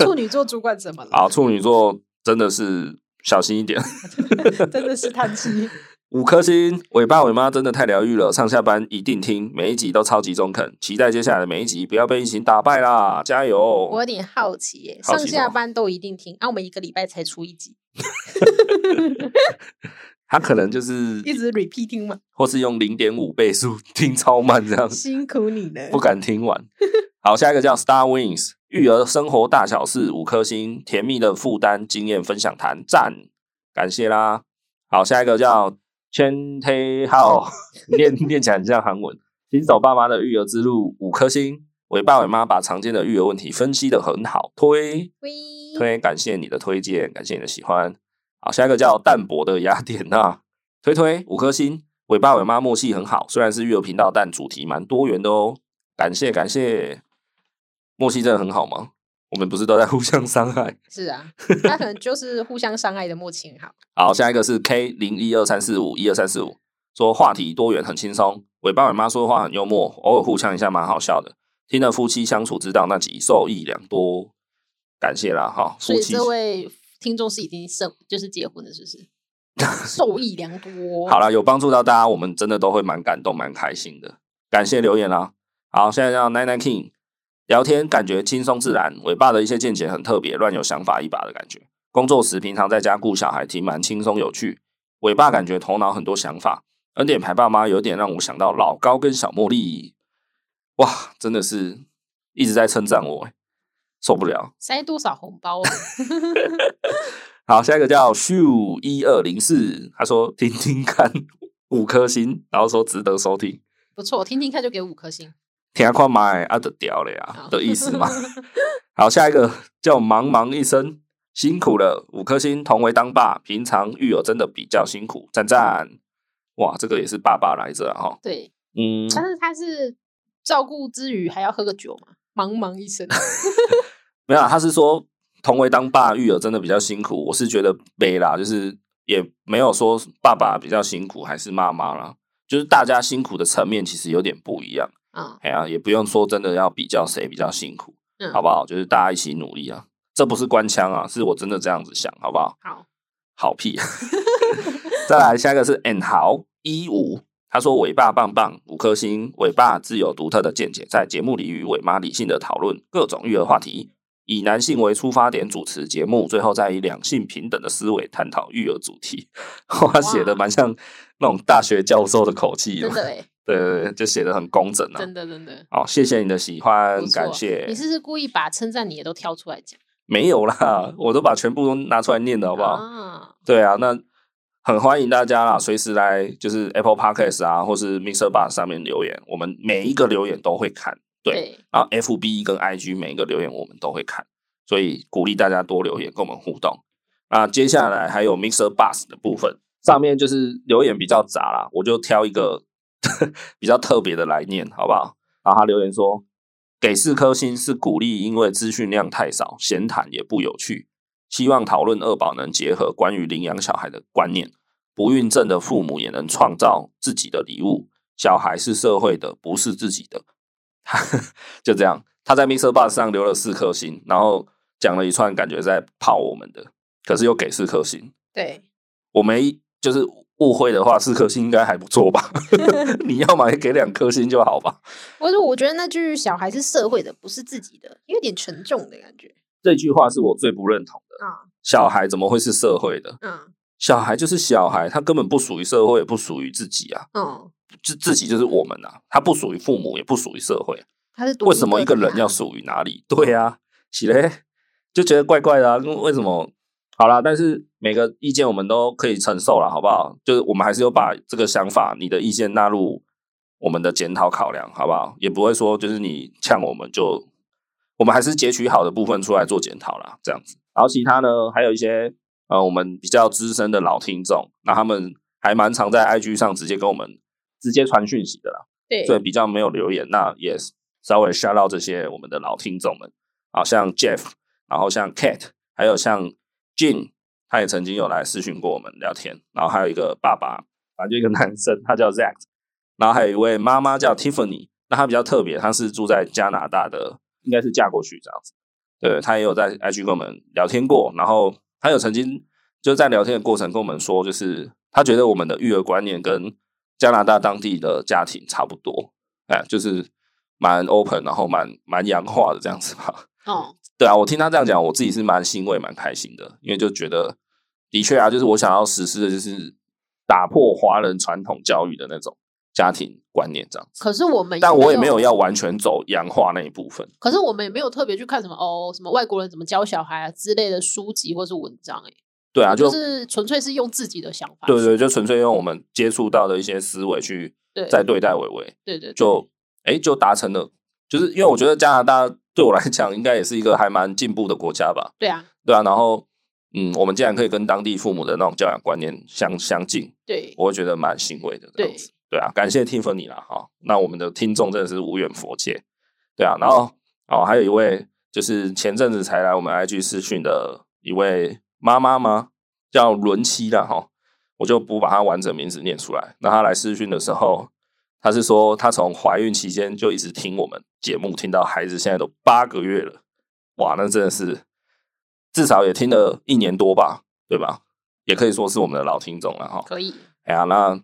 Speaker 2: 处女座主管怎么了？
Speaker 1: 好，处女座真的是小心一点。
Speaker 2: 真的是叹 气，
Speaker 1: 五颗星，尾巴尾妈真的太疗愈了，上下班一定听，每一集都超级中肯，期待接下来的每一集，不要被疫情打败啦，加油！
Speaker 2: 我有点好奇耶，
Speaker 1: 好
Speaker 2: 上
Speaker 1: 奇什
Speaker 2: 下
Speaker 1: 么
Speaker 2: 班都一定听，啊，我们一个礼拜才出一集，
Speaker 1: 他可能就是
Speaker 2: 一直 repeat 听吗？
Speaker 1: 或是用零点五倍速听超慢这样，
Speaker 2: 辛苦你了，
Speaker 1: 不敢听完。好，下一个叫 Star Wings，育儿生活大小事五颗星，甜蜜的负担经验分享谈，赞，感谢啦。好，下一个叫 Chen Tae Hao，念 念起来很像韩文。新手爸妈的育儿之路五颗星，伟爸伟妈把常见的育儿问题分析的很好，推。
Speaker 2: 喂
Speaker 1: 推，感谢你的推荐，感谢你的喜欢。好，下一个叫淡泊的雅典娜，推推五颗星，尾巴尾妈默契很好，虽然是育儿频道，但主题蛮多元的哦，感谢感谢。默契真的很好吗？我们不是都在互相伤害？
Speaker 2: 是 啊，他可能就是互相伤害的默契很好，
Speaker 1: 好，下一个是 K 零一二三四五一二三四五，说话题多元很轻松，尾巴尾妈说话很幽默，偶尔互呛一下蛮好笑的。听了夫妻相处之道那集受益良多，感谢啦哈。
Speaker 2: 所
Speaker 1: 夫
Speaker 2: 以
Speaker 1: 妻
Speaker 2: 这位听众是已经生就是结婚了，是不 是？受益良多。
Speaker 1: 好了，有帮助到大家，我们真的都会蛮感动、蛮开心的。感谢留言啦。好，现在让奶奶 King 聊天，感觉轻松自然，尾巴的一些见解很特别，乱有想法一把的感觉。工作时平常在家顾小孩，挺蛮轻松有趣。尾巴感觉头脑很多想法，恩典牌爸妈有点让我想到老高跟小茉莉。哇，真的是一直在称赞我、欸，受不了。
Speaker 2: 塞多少红 包、啊？
Speaker 1: 好，下一个叫 Shu 一二零四，他说听听看五颗星，然后说值得收听。
Speaker 2: 不错，听听看就给五颗星。
Speaker 1: 听看买啊的屌了呀
Speaker 2: 好
Speaker 1: 的意思嘛。好，下一个叫茫茫一生辛苦了，五颗星，同为当爸，平常育儿真的比较辛苦，赞赞。哇，这个也是爸爸来着哈、哦，
Speaker 2: 对，
Speaker 1: 嗯，
Speaker 2: 但是他是照顾之余还要喝个酒嘛，茫茫一 生。
Speaker 1: 没有啦，啊他是说同为当爸育儿真的比较辛苦，我是觉得没啦，就是也没有说爸爸比较辛苦还是妈妈啦，就是大家辛苦的层面其实有点不一样，
Speaker 2: 啊，
Speaker 1: 哎呀、也不用说真的要比较谁比较辛苦，
Speaker 2: 嗯
Speaker 1: 好不好？就是大家一起努力啊，这不是官腔啊，是我真的这样子想，好不好？
Speaker 2: 好，
Speaker 1: 好 屁。啊再来下一个是 N 豪一五，他说尾爸棒棒五颗星，尾爸自有独特的见解，在节目里与尾妈理性的讨论各种育儿话题，以男性为出发点主持节目，最后再以两性平等的思维探讨育儿主题。哇，写的蛮像那种大学教授的口气
Speaker 2: 真
Speaker 1: 的，
Speaker 2: 的哎，
Speaker 1: 对对对，就写的很工整啊。
Speaker 2: 真的真的，
Speaker 1: 好、谢谢你的喜
Speaker 2: 不
Speaker 1: 欢，
Speaker 2: 错啊
Speaker 1: 感谢。
Speaker 2: 你是不是故意把称赞你也都挑出来讲，
Speaker 1: 没有啦，我都把全部都拿出来念了，好
Speaker 2: 好
Speaker 1: 不好？
Speaker 2: 嗯啊，嗯
Speaker 1: 对啊，那很欢迎大家啦，随时来就是 Apple Podcast 啊，或是 Mr. Bar 上面留言，我们每一个留言都会看。对，
Speaker 2: 对，
Speaker 1: 然后 FB 跟 IG 每一个留言我们都会看，所以鼓励大家多留言跟我们互动。那接下来还有 Mr. Bus 的部分，上面就是留言比较杂啦，我就挑一个 比较特别的来念，好不好？然后他留言说，给四颗星是鼓励，因为资讯量太少，闲谈也不有趣。希望讨论二宝能结合关于领养小孩的观念，不孕症的父母也能创造自己的礼物。小孩是社会的，不是自己的。 就这样，他在 Mr. Bus 上留了四颗星，然后讲了一串感觉在泡我们的，可是又给四颗星。
Speaker 2: 对，
Speaker 1: 我没就是误会的话，四颗星应该还不错吧？ 你要嘛也给两颗星就好吧。
Speaker 2: 我说我觉得那句“小孩是社会的，不是自己的”，有点沉重的感觉。
Speaker 1: 这句话是我最不认同的。
Speaker 2: 啊
Speaker 1: 小孩怎么会是社会的？
Speaker 2: 嗯
Speaker 1: 小孩就是小孩，他根本不属于社会，也不属于自己啊，
Speaker 2: 嗯，
Speaker 1: 自自己就是我们啊，他不属于父母，也不属于社会。啊
Speaker 2: 他是独
Speaker 1: 为
Speaker 2: 立
Speaker 1: 什么一个
Speaker 2: 个体
Speaker 1: 人
Speaker 2: 啊
Speaker 1: 要属于哪里？ 对啊，起来就觉得怪怪的啊。为什么？好啦，但是每个意见我们都可以承受了，好不好？就是我们还是有把这个想法、你的意见纳入我们的检讨考量，好不好？也不会说就是你呛我们就，我们还是截取好的部分出来做检讨啦，这样子。然后其他呢，还有一些呃，我们比较资深的老听众，那他们还蛮常在 IG 上直接跟我们直接传讯息的啦。
Speaker 2: 对
Speaker 1: 对比较没有留言，那也稍微 shout out 这些我们的老听众们啊，像 Jeff，然后像 Cat，还有像 Jin，他也曾经有来私讯过我们聊天，然后还有一个爸爸，反正就一个男生，他叫 Zack，然后还有一位妈妈叫 Tiffany，那她比较特别，她是住在加拿大的，应该是嫁过去这样子，对，她也有在 IG 跟我们聊天过，然后她有曾经就是在聊天的过程跟我们说，就是她觉得我们的育儿观念跟加拿大当地的家庭差不多，哎，就是蛮 open，然后蛮蛮洋化的这样子吧。
Speaker 2: 哦，
Speaker 1: 对啊，我听他这样讲，我自己是蛮欣慰、蛮开心的，因为就觉得的确啊，就是我想要实施的就是打破华人传统教育的那种家庭观念这样子。
Speaker 2: 可是我们
Speaker 1: 但我也没哎有要完全走洋化那一部分，
Speaker 2: 可是我们也没有特别去看什么哦，什么外国人怎么教小孩啊之类的书籍或是文章、欸，
Speaker 1: 对
Speaker 2: 哎、
Speaker 1: 啊，就
Speaker 2: 就
Speaker 1: 是
Speaker 2: 纯粹是用自己的想法去，
Speaker 1: 对对，就纯粹用我们接触到的一些思维去
Speaker 2: 对
Speaker 1: 在对待伟伟，
Speaker 2: 对对，
Speaker 1: 就哎、就达成了，就是因为我觉得加拿大对我来讲应该也是一个还蛮进步的国家吧，
Speaker 2: 对啊，
Speaker 1: 对啊，然后嗯，我们竟然可以跟当地父母的那种教养观念相相近，
Speaker 2: 对
Speaker 1: 我会觉得蛮欣慰的。这样
Speaker 2: 对
Speaker 1: 子，对啊，感谢 Tiffany 啦，哈、那我们的听众真的是无远佛界，对啊，然后哦，还有一位就是前阵子才来我们 IG 私讯的一位妈妈吗？叫伦七啦，哈、我就不把她完整名字念出来。那她来私讯的时候，她是说她从怀孕期间就一直听我们节目，听到孩子现在都八个月了，哇，那真的是至少也听了一年多吧，对吧？也可以说是我们的老听众了哈。
Speaker 2: 可以，
Speaker 1: 哎呀，那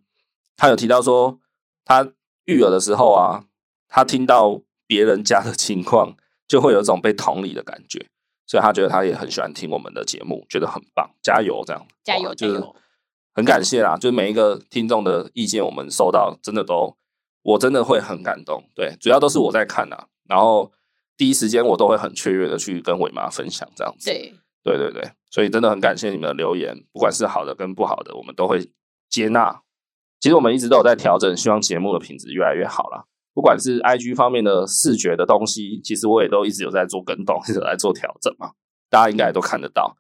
Speaker 1: 他有提到说，他育儿的时候啊，他听到别人家的情况，就会有一种被同理的感觉，所以他觉得他也很喜欢听我们的节目，觉得很棒，加油这样，
Speaker 2: 加
Speaker 1: 哇
Speaker 2: 油加
Speaker 1: 就是
Speaker 2: 油，
Speaker 1: 很感谢啦，就是每一个听众的意见，我们收到真的都，我真的会很感动。对，主要都是我在看啦，然后第一时间我都会很雀跃的去跟伟妈分享这样子。
Speaker 2: 对
Speaker 1: 对对对，所以真的很感谢你们的留言，不管是好的跟不好的，我们都会接纳。其实我们一直都有在调整，希望节目的品质越来越好啦。不管是 IG 方面的视觉 的东西，其实我也都一直有在做跟动，一直有在做调整嘛，大家应该也都看得到。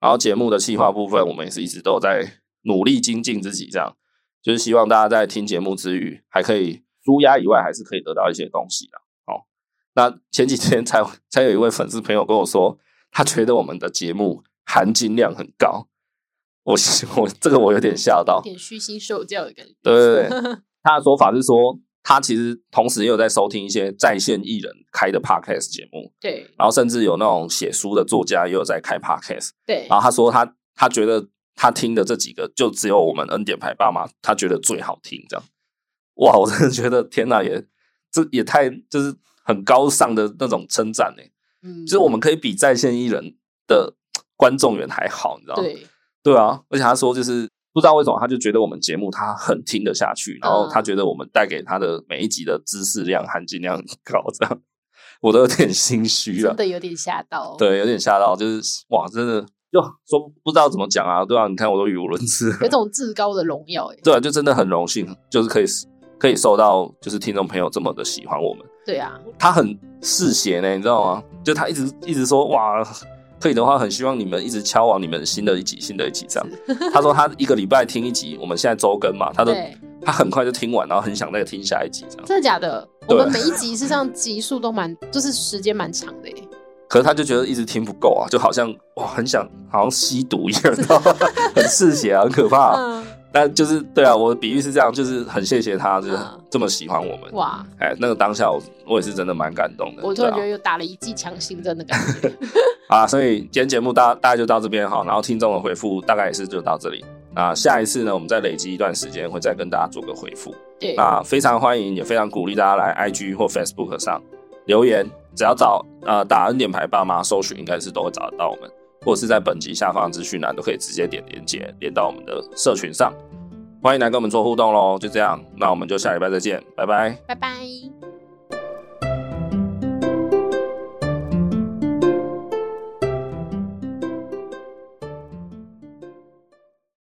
Speaker 1: 然后节目的企划部分，我们也是一直都有在努力精进自己，这样就是希望大家在听节目之余，还可以舒压以外，还是可以得到一些东西的。哦，那前几天才才有一位粉丝朋友跟我说，他觉得我们的节目含金量很高，我 我这个我有点吓到
Speaker 2: 有，点虚心受教的感觉。
Speaker 1: 对对对，他的说法是说，他其实同时也有在收听一些在线艺人开的 podcast 节目，
Speaker 2: 对
Speaker 1: 然后甚至有那种写书的作家也有在开 podcast。
Speaker 2: 对
Speaker 1: 然后他说他他觉得他听的这几个就只有我们恩典牌爸妈，他觉得最好听。这样，哇，我真的觉得天哪，也这也太就是很高尚的那种称赞呢。
Speaker 2: 嗯，
Speaker 1: 就是我们可以比在线艺人的观众缘还好，你知道吗？
Speaker 2: 对
Speaker 1: 对啊，而且他说就是不知道为什么，他就觉得我们节目他很听得下去，然
Speaker 2: 嗯
Speaker 1: 后他觉得我们带给他的每一集的知识量、含金量很高，这样我都有点心虚了
Speaker 2: 真。的有点吓到。
Speaker 1: 啊
Speaker 2: 哦
Speaker 1: 对，有点吓到，就是哇，真的就说不知道怎么讲啊，对啊，你看我都语无伦次，
Speaker 2: 有种至高的荣耀哎、
Speaker 1: 对啊，就真的很荣幸，就是可以可以受到就是听众朋友这么的喜欢我们。
Speaker 2: 对啊，
Speaker 1: 他很嗜血呢，你知道吗？就他一直一直说哇，可以的话很希望你们一直敲往你们新的一集、新的一集这样。他说他一个礼拜听一集，我们现在周更嘛，他都
Speaker 2: 对，
Speaker 1: 他很快就听完，然后很想再听下一集这样。
Speaker 2: 真的假的？我
Speaker 1: 对
Speaker 2: 们每一集事实上集数都蛮，就是时间蛮长的、欸，
Speaker 1: 可是他就觉得一直听不够啊，就好像哇很想好像吸毒一样，你知 道吗很嗜血啊，很可怕、
Speaker 2: 嗯，
Speaker 1: 但就是对啊，我的比喻是这样，就是很谢谢他，就是
Speaker 2: 嗯
Speaker 1: 这么喜欢我们。
Speaker 2: 哇，
Speaker 1: 哎，那个当下我我也是真的蛮感动的。
Speaker 2: 我突然
Speaker 1: 对啊
Speaker 2: 觉得有打了一剂强心针的感 觉。
Speaker 1: 啊，所以今天节目大大概就到这边哈，然后听众的回复大概也是就到这里。那下一次呢，我们再累积一段时间，会再跟大家做个回复。
Speaker 2: 对，
Speaker 1: 那非常欢迎，也非常鼓励大家来 IG 或 Facebook 上留言，只要找呃打恩典牌爸妈搜寻，应该是都会找得到我们，或者是在本集下方资讯栏都可以直接点连接连到我们的社群上。欢迎来跟我们做互动喽，就这样，那我们就下礼拜再见，拜拜。
Speaker 2: 拜拜。